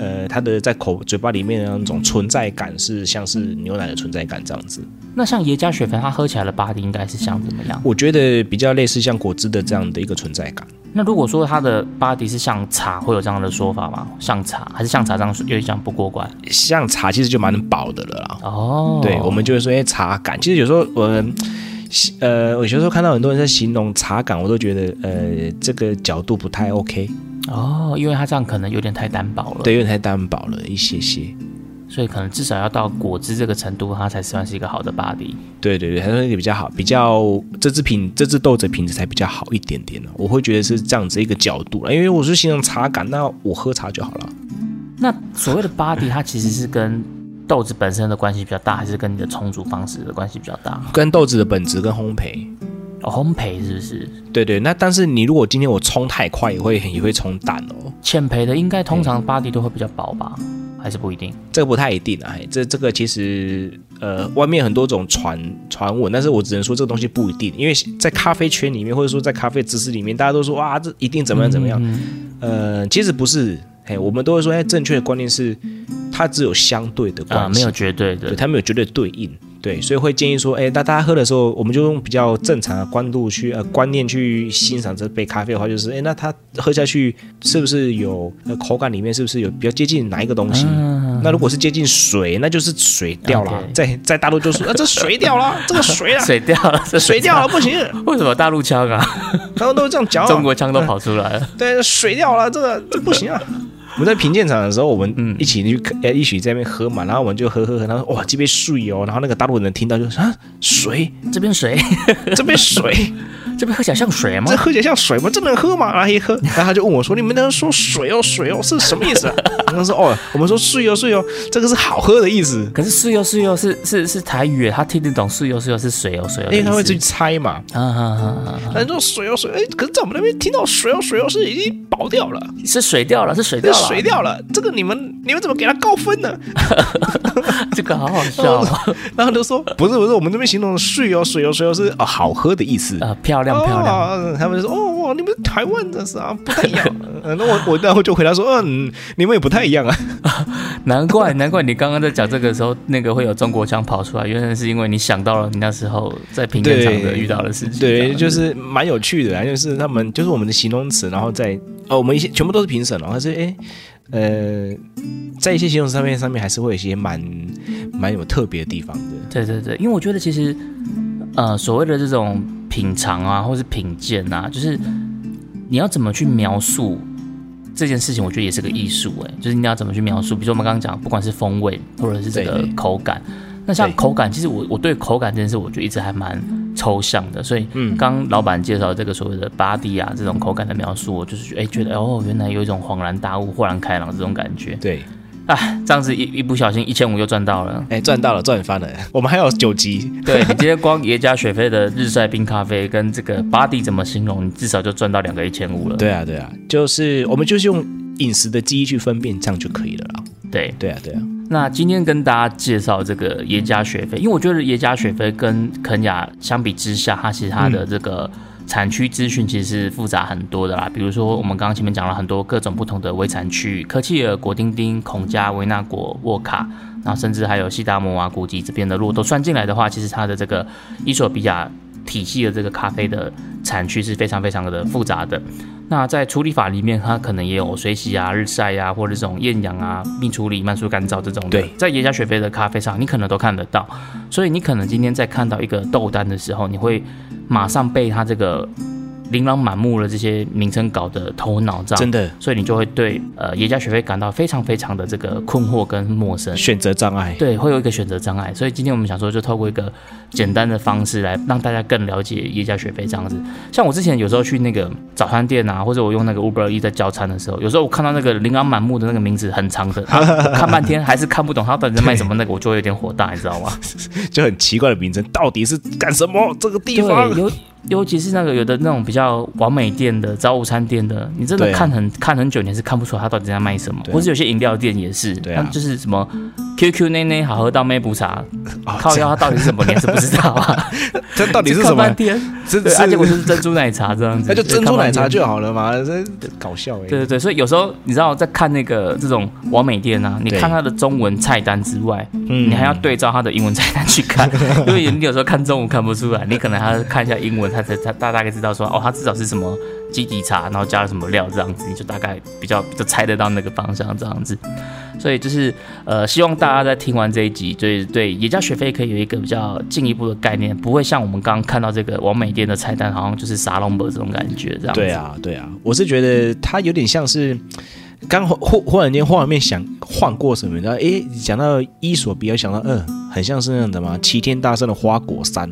[SPEAKER 2] 呃，它的在口嘴巴里面的那种存在感是像是牛奶的存在感这样子？
[SPEAKER 1] 那像耶加雪菲，它喝起来的 body 应该是像怎么样？
[SPEAKER 2] 我觉得比较类似像果汁的这样的一个存在感。
[SPEAKER 1] 那如果说它的 body 是像茶，会有这样的说法吗？像茶还是像茶这样说有点像不过关？
[SPEAKER 2] 像茶其实就蛮薄的了啦，
[SPEAKER 1] 哦，
[SPEAKER 2] 对，我们就会说，哎、茶感。其实有时候我们，呃，我有时候看到很多人在形容茶感，我都觉得，呃，这个角度不太 OK，
[SPEAKER 1] 哦，因为它这样可能有点太单薄了，
[SPEAKER 2] 对，有点太单薄了一些些。
[SPEAKER 1] 所以可能至少要到果汁这个程度，它才算是一个好的 body。
[SPEAKER 2] 对对对，还是比较好，比较呃这支品这支豆子品质才比较好一点点呢、哦我会觉得是这样子一个角度了，因为我是形容茶感，那我喝茶就好了。
[SPEAKER 1] 那所谓的 body，它其实是跟豆子本身的关系比较大，还是跟你的冲煮方式的关系比较大？
[SPEAKER 2] 跟豆子的本质跟烘焙，
[SPEAKER 1] 哦，烘焙是不是？
[SPEAKER 2] 对对。那但是你如果今天我冲太快，也会也会冲淡哦，
[SPEAKER 1] 浅焙的应该通常 body 都会比较薄吧？还是不一定？
[SPEAKER 2] 这个不太一定啊，嘿这这个其实呃，外面很多种传传闻，但是我只能说这个东西不一定，因为在咖啡圈里面，或者说在咖啡知识里面，大家都说哇，这一定怎么样怎么样，呃，其实不是，嘿，我们都哎会说，哎，正确的观念是它只有相对的
[SPEAKER 1] 啊、
[SPEAKER 2] 关
[SPEAKER 1] 没
[SPEAKER 2] 系，
[SPEAKER 1] 有绝对的
[SPEAKER 2] 对，。它没有绝对对应，对，所以会建议说，哎，那大家喝的时候，我们就用比较正常的观度去呃观念去欣赏这杯咖啡的话，就是，哎，那它喝下去是不是有呃口感里面是不是有比较接近哪一个东西？那如果是接近水，那就是水掉啦。
[SPEAKER 1] 啊 OK
[SPEAKER 2] 在在大陆就说，啊，这水掉啦，这个水 啊，
[SPEAKER 1] 水掉了，这
[SPEAKER 2] 水掉了，不行，
[SPEAKER 1] 为什么大陆腔啊，
[SPEAKER 2] 他们都是这样讲啊。
[SPEAKER 1] 中国腔都跑出来了？
[SPEAKER 2] 对，水掉了，这个这不行啊。我们在评鉴场的时候，我
[SPEAKER 1] 嗯
[SPEAKER 2] 们一起去看，呃、一起在那边喝嘛，然后我们就喝喝喝，他说哇这杯水哦，然后那个大陆人听到就说啊水，
[SPEAKER 1] 这边水，
[SPEAKER 2] 这杯水，
[SPEAKER 1] 这边喝起来像水吗
[SPEAKER 2] 这？喝起来像水吗？这能喝吗？然后一喝，然后他就问我说你们那说水哦水哦是什么意思、啊？ 然后说哦我们说水哦水哦，这个是好喝的意思，
[SPEAKER 1] 可是是又是又是是是台语耶，他听得懂是又是又是水哦水哦的
[SPEAKER 2] 因
[SPEAKER 1] 意思，
[SPEAKER 2] 为他会去猜嘛。
[SPEAKER 1] 啊啊啊啊啊！
[SPEAKER 2] 他说水哦水哦，哎，可是在我们那边听到水哦水哦是已经饱掉了，
[SPEAKER 1] 是水掉了，是水掉
[SPEAKER 2] 这
[SPEAKER 1] 了，
[SPEAKER 2] 水掉了，这个你们你们怎么给他高分呢？
[SPEAKER 1] 这个好好笑哦
[SPEAKER 2] 然后就说 不是不是，我们这边形容的水哦水哦水哦是哦好喝的意思。
[SPEAKER 1] 啊！漂亮漂亮，
[SPEAKER 2] 哦，他们就说哦哇，你们台湾的是啊不太一样。 呃那我我然后就回答说嗯，你们也不太一样啊。
[SPEAKER 1] 难怪难怪你刚刚在讲这个时候，那个会有中国腔跑出来，原来是因为你想到了你那时候在评鉴场的遇到的事情。这
[SPEAKER 2] 对，
[SPEAKER 1] 样
[SPEAKER 2] 就是蛮有趣的啊，就是他们就是我们的形容词，然后在哦我们一些全部都是评审哦，但是哎呃，在一些形容词上面上面还是会有一些蛮蛮有特别的地方的。
[SPEAKER 1] 对对对，因为我觉得其实，呃，所谓的这种品尝啊，或是品鉴啊，就是你要怎么去描述这件事情，我觉得也是个艺术哎，就是你要怎么去描述，比如说我们刚刚讲，不管是风味或者是这个
[SPEAKER 2] 对对
[SPEAKER 1] 口感，那像
[SPEAKER 2] 对
[SPEAKER 1] 口感，其实我我对口感这件事，我就一直还蛮抽象的，所以
[SPEAKER 2] 嗯
[SPEAKER 1] 刚老板介绍这个所谓的巴蒂啊这种口感的描述，我就是觉得哎觉得哦，原来有一种恍然大悟、豁然开朗这种感觉
[SPEAKER 2] 对，
[SPEAKER 1] 啊，这样子一一不小心一千五就赚到了。
[SPEAKER 2] 哎赚到了赚翻了， 我们还有九集，
[SPEAKER 1] 对你今天光爷家雪菲的日晒冰咖啡跟这个巴蒂怎么形容，你至少就赚到两个一千五了。
[SPEAKER 2] 对啊，对啊，就是我们就是用饮食的记忆去分辨，这样就可以了啦。
[SPEAKER 1] 对
[SPEAKER 2] 对啊，对啊，
[SPEAKER 1] 那今天跟大家介绍这个耶加雪菲，因为我觉得耶加雪菲跟肯雅相比之下，它其实它的这个产区资讯其实是复杂很多的啦。比如说我们刚刚前面讲了很多各种不同的微产区，科契尔、果丁丁、孔加、维纳果、沃卡。然后甚至还有西达摩啊、古吉这边的，如果都算进来的话，其实它的这个伊索比亚体系的这个咖啡的产区是非常非常的复杂的。那在处理法里面，它可能也有水洗啊、日晒啊，或者这种艳阳啊、蜜处理、慢速干燥这种的。
[SPEAKER 2] 对
[SPEAKER 1] 在耶加雪菲的咖啡上，你可能都看得到。所以你可能今天在看到一个豆单的时候，你会马上被它这个琳琅满目的这些名称搞得头昏脑胀，
[SPEAKER 2] 真的
[SPEAKER 1] 所以你就会对呃耶加雪菲感到非常非常的这个困惑跟陌生。
[SPEAKER 2] 选择障碍。
[SPEAKER 1] 对，会有一个选择障碍，所以今天我们想说，就透过一个简单的方式来让大家更了解耶加雪菲这样子。像我之前有时候去那个早餐店啊，或者我用那个 Uber E 在叫餐的时候，有时候我看到那个琳琅满目的那个名字很长的，我看半天还是看不懂他到底在卖什么，那个我就会有点火大，你知道吗？
[SPEAKER 2] 就很奇怪的名称，到底是干什么？这个地方
[SPEAKER 1] 对，尤尤其是那个有的那种比较完美店的早午餐店的，你真的
[SPEAKER 2] 对啊
[SPEAKER 1] 看很、看很久，你还是看不出来它到底在卖什么。
[SPEAKER 2] 对啊
[SPEAKER 1] 或者有些饮料店也是，
[SPEAKER 2] 对啊
[SPEAKER 1] 它就是什么 QQ 内内好喝到妹不茶，
[SPEAKER 2] 哦
[SPEAKER 1] 靠腰它到底是什么，你还是不知道啊？
[SPEAKER 2] 这 到底是什
[SPEAKER 1] 看半
[SPEAKER 2] 么？
[SPEAKER 1] 天，
[SPEAKER 2] 这
[SPEAKER 1] 对，啊，
[SPEAKER 2] 这
[SPEAKER 1] 结果就是珍珠奶茶这样子，
[SPEAKER 2] 那就珍珠奶茶
[SPEAKER 1] 对看半天
[SPEAKER 2] 就好了嘛，这搞笑哎、
[SPEAKER 1] 对对对，所以有时候你知道，在看那个这种完美店啊，你
[SPEAKER 2] 对
[SPEAKER 1] 看它的中文菜单之外，
[SPEAKER 2] 嗯
[SPEAKER 1] 你还要对照它的英文菜单去 看，因为你有时候看中文看不出来，你可能还要看一下英文，它才它大大概知道说，哦，它至少是什么基底茶，然后加了什么料这样子，你就大概比较就猜得到那个方向这样子。所以就是呃，希望大家在听完这一集，就是对也叫学费可以有一个比较进一步的概念，不会像我们刚刚看到这个完美店的菜单，好像就是沙龙伯这种感觉这样子。
[SPEAKER 2] 对啊，对啊，我是觉得它有点像是刚忽忽忽然间画面想晃过什么，然后诶，讲到伊索比亚，想到嗯、很像是那样的嘛，齐天大圣的花果山，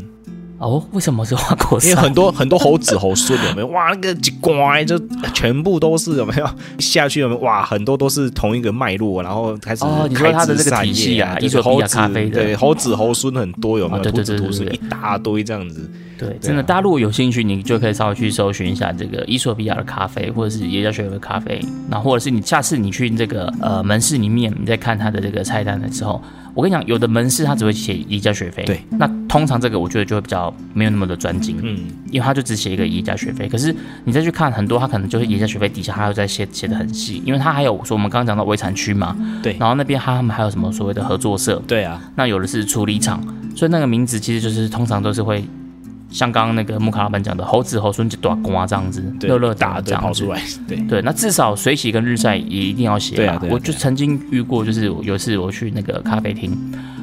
[SPEAKER 1] 哦，为什么是花果
[SPEAKER 2] 因为
[SPEAKER 1] 山？
[SPEAKER 2] 很多很多猴子猴孙有没有？ 哇，那个一乖就全部都是有没有 下去有没有？哇，很多都是同一个脉络，然后开始
[SPEAKER 1] 哦你说
[SPEAKER 2] 开
[SPEAKER 1] 它的这
[SPEAKER 2] 枝
[SPEAKER 1] 个
[SPEAKER 2] 散
[SPEAKER 1] 体系
[SPEAKER 2] 叶
[SPEAKER 1] 啊
[SPEAKER 2] 就
[SPEAKER 1] 伊索
[SPEAKER 2] 是
[SPEAKER 1] 比
[SPEAKER 2] 猴
[SPEAKER 1] 亚
[SPEAKER 2] 子
[SPEAKER 1] 咖啡的
[SPEAKER 2] 对猴子猴孙很多有没
[SPEAKER 1] 哦
[SPEAKER 2] 有？
[SPEAKER 1] 对
[SPEAKER 2] 兔
[SPEAKER 1] 对
[SPEAKER 2] 子
[SPEAKER 1] 对
[SPEAKER 2] 兔
[SPEAKER 1] 对
[SPEAKER 2] 孙
[SPEAKER 1] 对
[SPEAKER 2] 一大堆这样子，
[SPEAKER 1] 对，真的，大家如果有兴趣，你就可以稍微去搜寻一下这个伊索比亚的咖啡，或者是耶加雪菲的咖啡，那或者是你下次你去这个呃门市里面，你在看它的这个菜单的时候，我跟你讲，有的门市它只会写耶加雪菲，
[SPEAKER 2] 对，
[SPEAKER 1] 那通常这个我觉得就会比较没有那么的专精，
[SPEAKER 2] 嗯，
[SPEAKER 1] 因为它就只写一个耶加学费，可是你再去看很多，它可能就是耶加学费底下，它又在写写的很细，因为它还有说我们刚刚讲到围产区嘛，
[SPEAKER 2] 对
[SPEAKER 1] 然后那边它他们还有什么所谓的合作社，
[SPEAKER 2] 对啊，
[SPEAKER 1] 那有的是处理厂，所以那个名字其实就是通常都是会像刚刚那个木卡老板讲的，猴子猴孙就打瓜这样子，
[SPEAKER 2] 对
[SPEAKER 1] 乐乐
[SPEAKER 2] 打
[SPEAKER 1] 这
[SPEAKER 2] 的
[SPEAKER 1] 样
[SPEAKER 2] 跑
[SPEAKER 1] 子
[SPEAKER 2] 出。来，对，
[SPEAKER 1] 对，那至少水洗跟日晒也一定要写吧。
[SPEAKER 2] 对啊对啊
[SPEAKER 1] 我
[SPEAKER 2] 对啊
[SPEAKER 1] 就曾经遇过，就是有一次我去那个咖啡厅，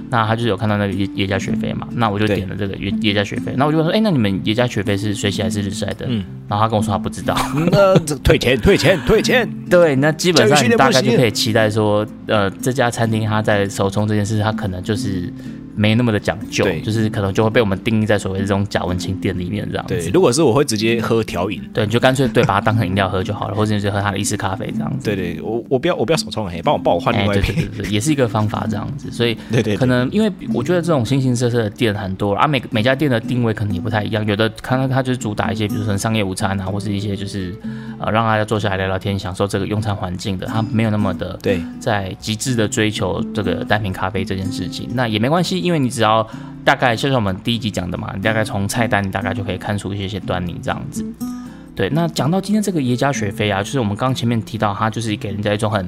[SPEAKER 1] 那他就是有看到那个耶耶加雪菲嘛，那我就
[SPEAKER 2] 对
[SPEAKER 1] 点了这个耶耶加雪菲，那我就问说，哎、那你们耶加雪菲是水洗还是日晒的？
[SPEAKER 2] 嗯
[SPEAKER 1] 然后他跟我说他不知道。
[SPEAKER 2] 那这退钱退钱退钱，
[SPEAKER 1] 对，那基本
[SPEAKER 2] 教育
[SPEAKER 1] 上
[SPEAKER 2] 训
[SPEAKER 1] 你
[SPEAKER 2] 练
[SPEAKER 1] 大
[SPEAKER 2] 不
[SPEAKER 1] 概就
[SPEAKER 2] 行
[SPEAKER 1] 可以期待说，呃，这家餐厅它在手冲这件事，它可能就是没那么的讲究
[SPEAKER 2] 对，
[SPEAKER 1] 就是可能就会被我们定义在所谓的这种假文青店里面这样
[SPEAKER 2] 对，
[SPEAKER 1] 子。
[SPEAKER 2] 如果是我会直接喝调饮，
[SPEAKER 1] 对，你就干脆对把它当成饮料喝就好了，或者你就喝它的意式咖啡这样子。
[SPEAKER 2] 对对，我我不要我不要手冲，嘿，帮我帮我换另
[SPEAKER 1] 哎，
[SPEAKER 2] 外一
[SPEAKER 1] 对对
[SPEAKER 2] 杯，
[SPEAKER 1] 对对，也是一个方法这样子，所以
[SPEAKER 2] 对对对
[SPEAKER 1] 可能因为我觉得这种形形色色的店很多啊，每每家店的定位可能也不太一样，有的看到它就是主打一些，比如说商业午餐啊，或是一些就是呃让大家坐下来聊聊天，享受这个用餐环境的，它没有那么的
[SPEAKER 2] 对
[SPEAKER 1] 在极致的追求这个单品咖啡这件事情，那也没关系，因为你只要大概就像我们第一集讲的嘛，你大概从菜单你大概就可以看出一些些端倪这样子。对，那讲到今天这个耶加雪菲啊，就是我们刚前面提到，它就是给人家一种很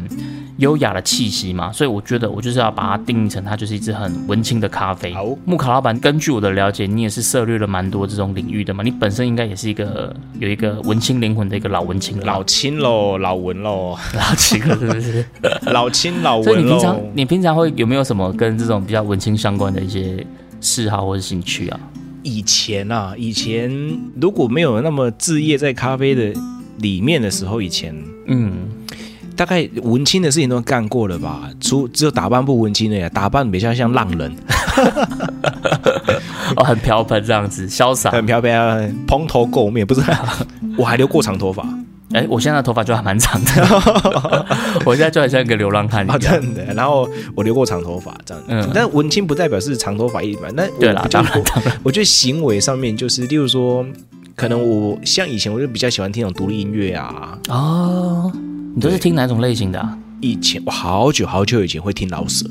[SPEAKER 1] 优雅的气息嘛，所以我觉得我就是要把它定义成它就是一支很文青的咖啡
[SPEAKER 2] 好。
[SPEAKER 1] 木卡老板，根据我的了解，你也是涉猎了蛮多这种领域的嘛，你本身应该也是一个有一个文青灵魂的一个老文青了
[SPEAKER 2] 老青喽，老文喽，
[SPEAKER 1] 老青了，是不 是？
[SPEAKER 2] 老青老
[SPEAKER 1] 所以
[SPEAKER 2] 文
[SPEAKER 1] 你平常
[SPEAKER 2] 喽。
[SPEAKER 1] 你平常会有没有什么跟这种比较文青相关的一些嗜好或者兴趣啊？
[SPEAKER 2] 以前啊，以前如果没有那么置业在咖啡的里面的时候，以前
[SPEAKER 1] 嗯，
[SPEAKER 2] 大概文青的事情都干过了吧？除只有打扮不文青的呀，啊打扮比较像浪人，
[SPEAKER 1] 哦，很飘飘这样子，潇洒。
[SPEAKER 2] 很飘飘，蓬头垢面，不 是？我还留过长头发
[SPEAKER 1] 哎、我现在的头发就还蛮长的， 我现在就很像一个流浪汉一
[SPEAKER 2] 啊，
[SPEAKER 1] 样。
[SPEAKER 2] 真的。然后我留过长头发这样，
[SPEAKER 1] 嗯
[SPEAKER 2] 但文青不代表是长头发一般。那
[SPEAKER 1] 对啦
[SPEAKER 2] 我
[SPEAKER 1] 当然
[SPEAKER 2] 就是我觉得行为上面就是，例如说，可能我像以前我就比较喜欢听那种独立音乐啊，
[SPEAKER 1] 哦，你都是
[SPEAKER 2] 对
[SPEAKER 1] 听哪种类型的、啊？
[SPEAKER 2] 以前我好久好久以前会听老舍，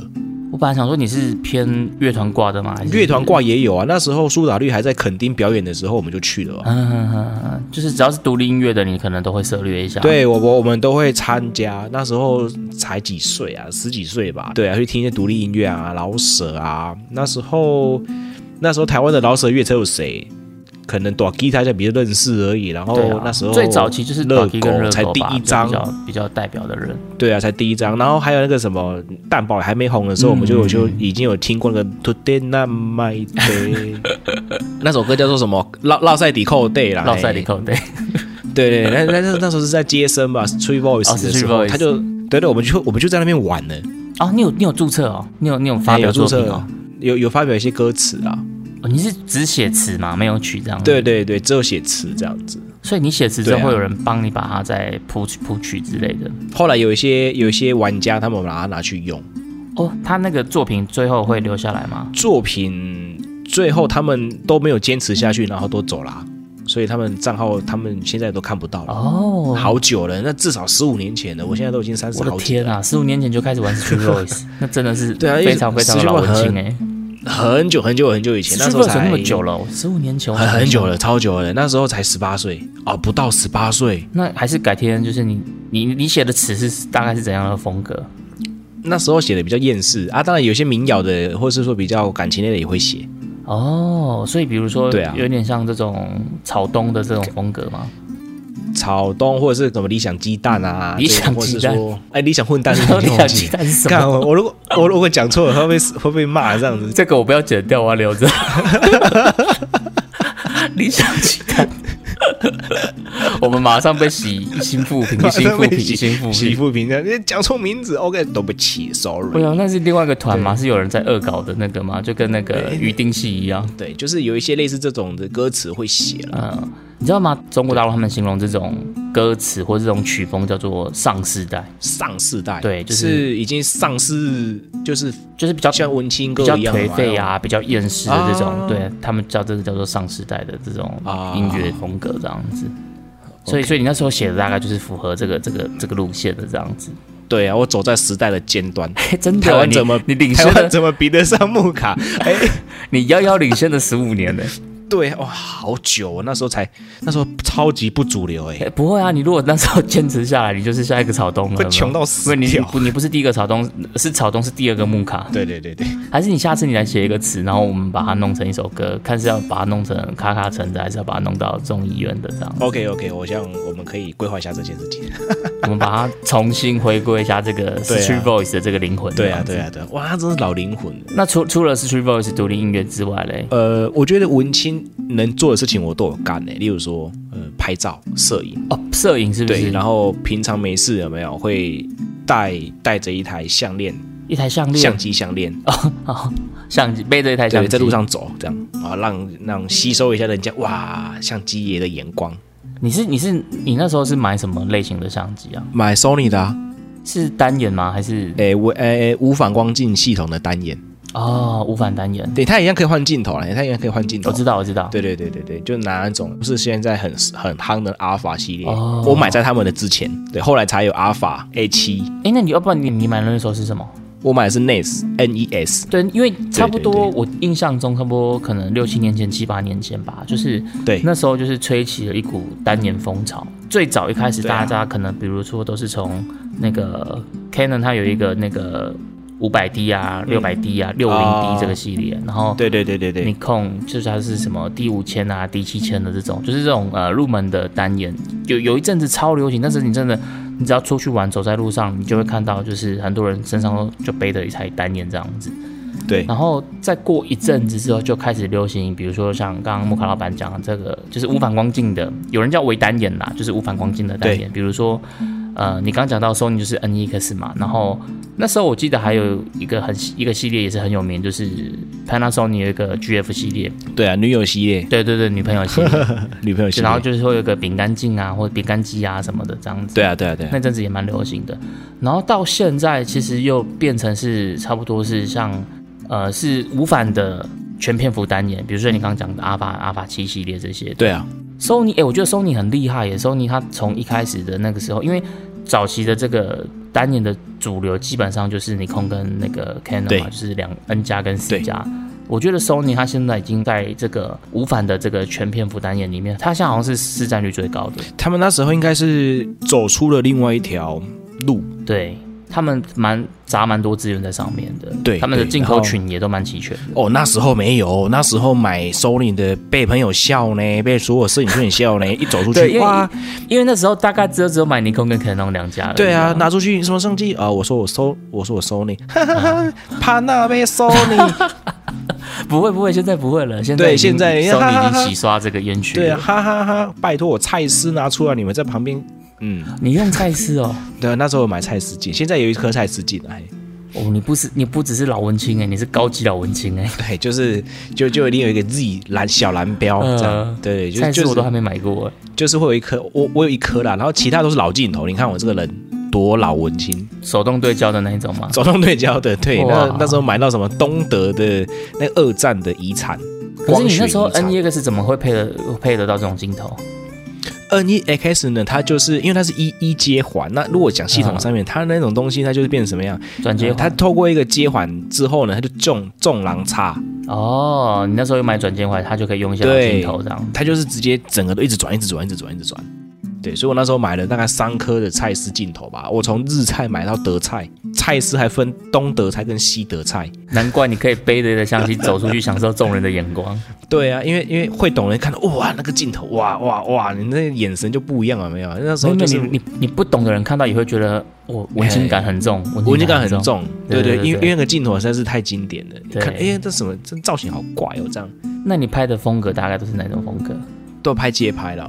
[SPEAKER 1] 我本来想说你是偏乐团挂的嘛，还是
[SPEAKER 2] 乐团。挂也有啊。那时候苏打绿还在垦丁表演的时候，我们就去了啊、
[SPEAKER 1] 嗯嗯，嗯嗯就是只要是独立音乐的，你可能都会涉略一下。，
[SPEAKER 2] 对我我我们都会参加，那时候才几岁啊，十几岁吧。对啊，去听一些独立音乐啊，老舍啊。那时候那时候台湾的老舍乐才有谁？可能短 G 大家比较认识而已。然后
[SPEAKER 1] 对啊，
[SPEAKER 2] 哦那时候
[SPEAKER 1] 最早期就是
[SPEAKER 2] 热
[SPEAKER 1] Ducky 跟热
[SPEAKER 2] 才
[SPEAKER 1] 狗
[SPEAKER 2] 第
[SPEAKER 1] 吧
[SPEAKER 2] 一
[SPEAKER 1] 就
[SPEAKER 2] 张
[SPEAKER 1] 比，较比较代表的人。
[SPEAKER 2] 对啊，才第一张。然后还有那个什么蛋堡还没红的时候，我们就有
[SPEAKER 1] 嗯
[SPEAKER 2] 就已经有听过那个 Today Not My Day，那 首歌叫做什么？绕绕赛底扣 day 啦，
[SPEAKER 1] 绕塞里
[SPEAKER 2] 嘿
[SPEAKER 1] 口对，
[SPEAKER 2] 对对，那那那那时候是在接生吧，Street
[SPEAKER 1] 哦
[SPEAKER 2] Voice
[SPEAKER 1] 是
[SPEAKER 2] 的时
[SPEAKER 1] Street
[SPEAKER 2] 候，
[SPEAKER 1] Voice
[SPEAKER 2] 他就对对，我们就我们就在那边玩呢，
[SPEAKER 1] 哦，你有你有注册哦，你有你有发
[SPEAKER 2] 哎
[SPEAKER 1] 表
[SPEAKER 2] 有注
[SPEAKER 1] 作品
[SPEAKER 2] 册
[SPEAKER 1] 哦，，
[SPEAKER 2] 有有发表一些歌词啊，
[SPEAKER 1] 哦你是只写词吗？没有曲这样？
[SPEAKER 2] 对，对对，只有写词这样子。
[SPEAKER 1] 所以你写词之
[SPEAKER 2] 对
[SPEAKER 1] 后
[SPEAKER 2] 啊
[SPEAKER 1] 会有人帮你把它再谱谱曲之类的。
[SPEAKER 2] 后来有一些有一些玩家，他们把它拿去用
[SPEAKER 1] 哦，他那个作品最后会留下来吗？
[SPEAKER 2] 作品，最后他们都没有坚持下去，然后都走啦，所以他们账号他们现在都看不到了。
[SPEAKER 1] 哦，
[SPEAKER 2] 好久了，那至少十五年前了，我现在都已经三十
[SPEAKER 1] 我的
[SPEAKER 2] 好几
[SPEAKER 1] 天啊，十五年前就开始玩 Street Voice，那真的是
[SPEAKER 2] 对啊
[SPEAKER 1] 非常非常的老文青哎。
[SPEAKER 2] 很久很久很久以前，那
[SPEAKER 1] Street
[SPEAKER 2] 时候
[SPEAKER 1] Voice 有
[SPEAKER 2] 才
[SPEAKER 1] 那么久了哦，十五年前我
[SPEAKER 2] 很
[SPEAKER 1] 才
[SPEAKER 2] 很久。了，超久了。那时候才十八岁哦，不到十八岁。
[SPEAKER 1] 那还是改天，就是你你你写的词是大概是怎样的风格？
[SPEAKER 2] 那时候写的比较厌世啊，当然有些民谣的，或是说比较感情类的也会写。
[SPEAKER 1] 哦，所以比如说，
[SPEAKER 2] 对啊
[SPEAKER 1] 有点像这种草东的这种风格吗？
[SPEAKER 2] 草东或者是什么理想鸡蛋啊，
[SPEAKER 1] 理想
[SPEAKER 2] 对或
[SPEAKER 1] 鸡
[SPEAKER 2] 是
[SPEAKER 1] 蛋，
[SPEAKER 2] 说哎理想混蛋
[SPEAKER 1] 你
[SPEAKER 2] 忘
[SPEAKER 1] 想
[SPEAKER 2] 记
[SPEAKER 1] 鸡蛋是什么？
[SPEAKER 2] 看我我如果我如果讲错了，会被 会被骂 这样子。
[SPEAKER 1] 这个我不要剪掉，我要留着。理想鸡蛋，我们马上被洗一心复评，一心复 评，一心复
[SPEAKER 2] 媳
[SPEAKER 1] 评。
[SPEAKER 2] 妇评价，你讲错名字，OK，对不起
[SPEAKER 1] 不
[SPEAKER 2] ，sorry。
[SPEAKER 1] 行，那是另外一个团嘛，是有人在恶搞的那个嘛，就跟那个鱼丁戏一样。
[SPEAKER 2] 对，就是有一些类似这种的歌词会写了。
[SPEAKER 1] 嗯，你知道吗？中国大陆他们形容这种歌词或这种曲风叫做“上世代
[SPEAKER 2] 上世代，
[SPEAKER 1] 对就是
[SPEAKER 2] 是已经上世，就是”，
[SPEAKER 1] 就是比较
[SPEAKER 2] 像文青
[SPEAKER 1] 比
[SPEAKER 2] 歌
[SPEAKER 1] 较
[SPEAKER 2] 一样
[SPEAKER 1] 颓废啊，比较厌世的这种，
[SPEAKER 2] 啊
[SPEAKER 1] 对他们叫这个叫做上世代的这种
[SPEAKER 2] 啊
[SPEAKER 1] 音乐风格这样子。所以，所以你那时候写的大概就是符合这个这个这个路线的这样子，
[SPEAKER 2] 嘛。对啊，我走在时代的尖 端，
[SPEAKER 1] 嘿真的，
[SPEAKER 2] 台湾
[SPEAKER 1] 啊你
[SPEAKER 2] 怎么
[SPEAKER 1] 你领
[SPEAKER 2] 台
[SPEAKER 1] 先
[SPEAKER 2] 湾
[SPEAKER 1] 了？
[SPEAKER 2] 怎么比得上木卡？哎，
[SPEAKER 1] 你遥遥领先了十五年呢？
[SPEAKER 2] 对哇、好久、哦，那时候才那时候超级不主流哎、
[SPEAKER 1] 哎 不会啊，你如果那时候坚持下来，你就是下一个草东了，
[SPEAKER 2] 会穷到死
[SPEAKER 1] 因为你
[SPEAKER 2] 掉
[SPEAKER 1] 不，你不是第一个草东，是草东是第二个木卡。
[SPEAKER 2] 对对对对，
[SPEAKER 1] 还是你下次你来写一个词，然后我们把它弄成一首歌，看是要把它弄成卡卡城的，还是要把它弄到众议院的这样。
[SPEAKER 2] OK OK，我想我们可以规划一下这件事情。
[SPEAKER 1] 我们把它重新回归一下这个 Street Voice 的这个灵魂。
[SPEAKER 2] 啊对 啊对。啊对啊，哇，他真是老灵魂了。
[SPEAKER 1] 那除除了 Street Voice 独立音乐之外嘞，
[SPEAKER 2] 呃，我觉得文青能做的事情我都有干诶、例如说，呃，拍照、摄影，
[SPEAKER 1] 哦，摄影是不
[SPEAKER 2] 对，
[SPEAKER 1] 是？
[SPEAKER 2] 然后平常没事有没有会带带着一台项链、
[SPEAKER 1] 一台项链，
[SPEAKER 2] 相机项链，
[SPEAKER 1] 哦，相机背着一台相
[SPEAKER 2] 对，
[SPEAKER 1] 机嗯
[SPEAKER 2] 在路，上走这样，然后让让吸收一下人家哇相机爷的眼光。
[SPEAKER 1] 你是你是你那时候是买什么类型的相机啊？
[SPEAKER 2] 买 Sony 的、啊，
[SPEAKER 1] 是单眼吗？还是
[SPEAKER 2] 诶、我诶、无反光镜系统的单眼，
[SPEAKER 1] 哦无反单眼？
[SPEAKER 2] 对，它一样可以换镜头啦，它一样可以换镜头。
[SPEAKER 1] 我知道我知道，
[SPEAKER 2] 对对对对对，就拿那种不是现在很很夯的阿尔法系列，
[SPEAKER 1] 哦
[SPEAKER 2] 我买在他们的之前，对，后来才有阿尔法 A 七，
[SPEAKER 1] 哎，那你要不然你你买的那时候是什么？
[SPEAKER 2] 我买的是 NES N E S，
[SPEAKER 1] 对，因为差不多，
[SPEAKER 2] 对对
[SPEAKER 1] 我印象中差不多可能六七年前、七八年前吧，就是
[SPEAKER 2] 对
[SPEAKER 1] 那时候就是吹起了一股单眼风潮。最早一开始，
[SPEAKER 2] 对啊
[SPEAKER 1] 大家可能比如说都是从那个 Canon 它有一个那个五百 D 啊、六百 D 啊、六零
[SPEAKER 2] 嗯哦
[SPEAKER 1] D 这个系列，然后
[SPEAKER 2] 对对对对
[SPEAKER 1] 你
[SPEAKER 2] 对，
[SPEAKER 1] 控就是它是什么 D 五千啊、D 七千的这种，就是这种呃入门的单眼，有有一阵子超流行，但是你真的，你只要出去玩，走在路上，你就会看到，就是很多人身上都就背着一台单眼这样子。
[SPEAKER 2] 对
[SPEAKER 1] 然后再过一阵子之后，就开始流行，比如说像刚刚木卡老板讲的这个，就是无反光镜的，有人叫微单眼啦，就是无反光镜的单眼。比如说，呃，你刚讲到 Sony 就是 NEX 嘛，然后那时候我记得还有一个很一个系列也是很有名，就是 Panasonic 有一个 GF 系列，
[SPEAKER 2] 对啊，女友系列、
[SPEAKER 1] 对对对，女朋友系列，
[SPEAKER 2] 女朋友系
[SPEAKER 1] 然后
[SPEAKER 2] 列，
[SPEAKER 1] 就是会有一个饼干镜啊，或者饼干机啊什么的这样子。
[SPEAKER 2] 对啊对啊对啊
[SPEAKER 1] 那，阵子也蛮流行的。然后到现在，其实又变成是差不多是像呃是无反的全片幅单眼，比如说你刚刚讲的阿法阿法七系列这些。
[SPEAKER 2] 对啊，
[SPEAKER 1] Sony，哎、我觉得 Sony 很厉害耶，Sony 它从一开始的那个时候，因为早期的这个单眼的主流基本上就是尼康跟那个 Canon
[SPEAKER 2] 对
[SPEAKER 1] 嘛，就是两 N 加跟 C
[SPEAKER 2] 对
[SPEAKER 1] 加。我觉得 Sony 它现在已经在这个无反的这个全片幅单眼里面，它现在好像是市占率最高的。
[SPEAKER 2] 他们那时候应该是走出了另外一条路，
[SPEAKER 1] 对他们蛮砸蛮多资源在上面的，
[SPEAKER 2] 对
[SPEAKER 1] 他们的
[SPEAKER 2] 对
[SPEAKER 1] 进
[SPEAKER 2] 然
[SPEAKER 1] 口
[SPEAKER 2] 后
[SPEAKER 1] 群也都蛮齐全的。
[SPEAKER 2] 哦，那时候没有，那时候买 Sony 的被朋友笑呢，被所有摄影圈笑 呢，一走出
[SPEAKER 1] 对，因
[SPEAKER 2] 去
[SPEAKER 1] 为
[SPEAKER 2] 哇，
[SPEAKER 1] 因为那时候大概只有只有买尼康跟 Canon 两家而已
[SPEAKER 2] 对啊，拿出去什么相机啊？我说我收，我说我 Sony，哈哈，帕纳贝 Sony，
[SPEAKER 1] 不会不会，现在不会了，现在
[SPEAKER 2] 对
[SPEAKER 1] 已经
[SPEAKER 2] 现
[SPEAKER 1] 收
[SPEAKER 2] 在
[SPEAKER 1] 你已
[SPEAKER 2] 哈哈
[SPEAKER 1] 经
[SPEAKER 2] 哈
[SPEAKER 1] 洗刷这个烟区
[SPEAKER 2] 对啊，
[SPEAKER 1] 了。
[SPEAKER 2] 哈哈哈！拜托我蔡司拿出来，你们在旁边，嗯，
[SPEAKER 1] 你用蔡司哦，
[SPEAKER 2] 对啊，那时候我买蔡司镜，现在有一颗蔡司镜啊， 嘿
[SPEAKER 1] 哦，你不是你不只是老文青哎，你是高级老文青哎。
[SPEAKER 2] 对，就是就就一定有一个 Z 蓝小蓝标
[SPEAKER 1] 呃
[SPEAKER 2] 这样，对， 就
[SPEAKER 1] 蔡
[SPEAKER 2] 是
[SPEAKER 1] 司
[SPEAKER 2] 就
[SPEAKER 1] 我都还
[SPEAKER 2] 是
[SPEAKER 1] 没买过哎，
[SPEAKER 2] 就是会有一颗，我我有一颗
[SPEAKER 1] 嗯
[SPEAKER 2] 啦，然后其他都是老镜头，你看我这个人多老文青，
[SPEAKER 1] 手动对焦的那一种嘛。
[SPEAKER 2] 手动对焦的，对，
[SPEAKER 1] 哇
[SPEAKER 2] 那那时候买到什么东德的那个二战的遗产，
[SPEAKER 1] 可是你那
[SPEAKER 2] 光
[SPEAKER 1] 时候
[SPEAKER 2] 学遗产
[SPEAKER 1] N E X 怎么会配得配得到这种镜头？
[SPEAKER 2] N E X 呢，它就是因为它是一一接环，那如果讲系统上面，它那种东西它就是变成什么样？
[SPEAKER 1] 转接
[SPEAKER 2] 呃它
[SPEAKER 1] 啊环
[SPEAKER 2] 透过一个接环之后呢，它就重重狼叉，
[SPEAKER 1] 哦，你那时候有买转接环，它就可以用一下
[SPEAKER 2] 对
[SPEAKER 1] 镜头这样。
[SPEAKER 2] 它就是直接整个都一直转，一直转，一直转，一直转。对，所以我那时候买了大概三颗的蔡司镜头吧，我从日菜买到德菜，蔡司还分东德菜跟西德菜。
[SPEAKER 1] 难怪你可以背着一个相机走出去，享受众人的眼光。
[SPEAKER 2] 对啊，因为因为会懂的人看到哇那个镜头哇哇哇，你那个眼神就不一样了 没有？那时
[SPEAKER 1] 所以
[SPEAKER 2] 候
[SPEAKER 1] 你
[SPEAKER 2] 就是
[SPEAKER 1] 你你不懂的人看到也会觉得，哦我文青感很重，
[SPEAKER 2] 嗯文
[SPEAKER 1] 青
[SPEAKER 2] 青感
[SPEAKER 1] 感
[SPEAKER 2] 很。重，
[SPEAKER 1] 对
[SPEAKER 2] 对
[SPEAKER 1] 对
[SPEAKER 2] 对，
[SPEAKER 1] 对
[SPEAKER 2] 因为因
[SPEAKER 1] 对
[SPEAKER 2] 为那个镜头实在是太经典了。你看，哎
[SPEAKER 1] 对、
[SPEAKER 2] 这什么这造型好怪哦，这样
[SPEAKER 1] 那你拍的风格大概都是哪种风格？
[SPEAKER 2] 都拍街拍了。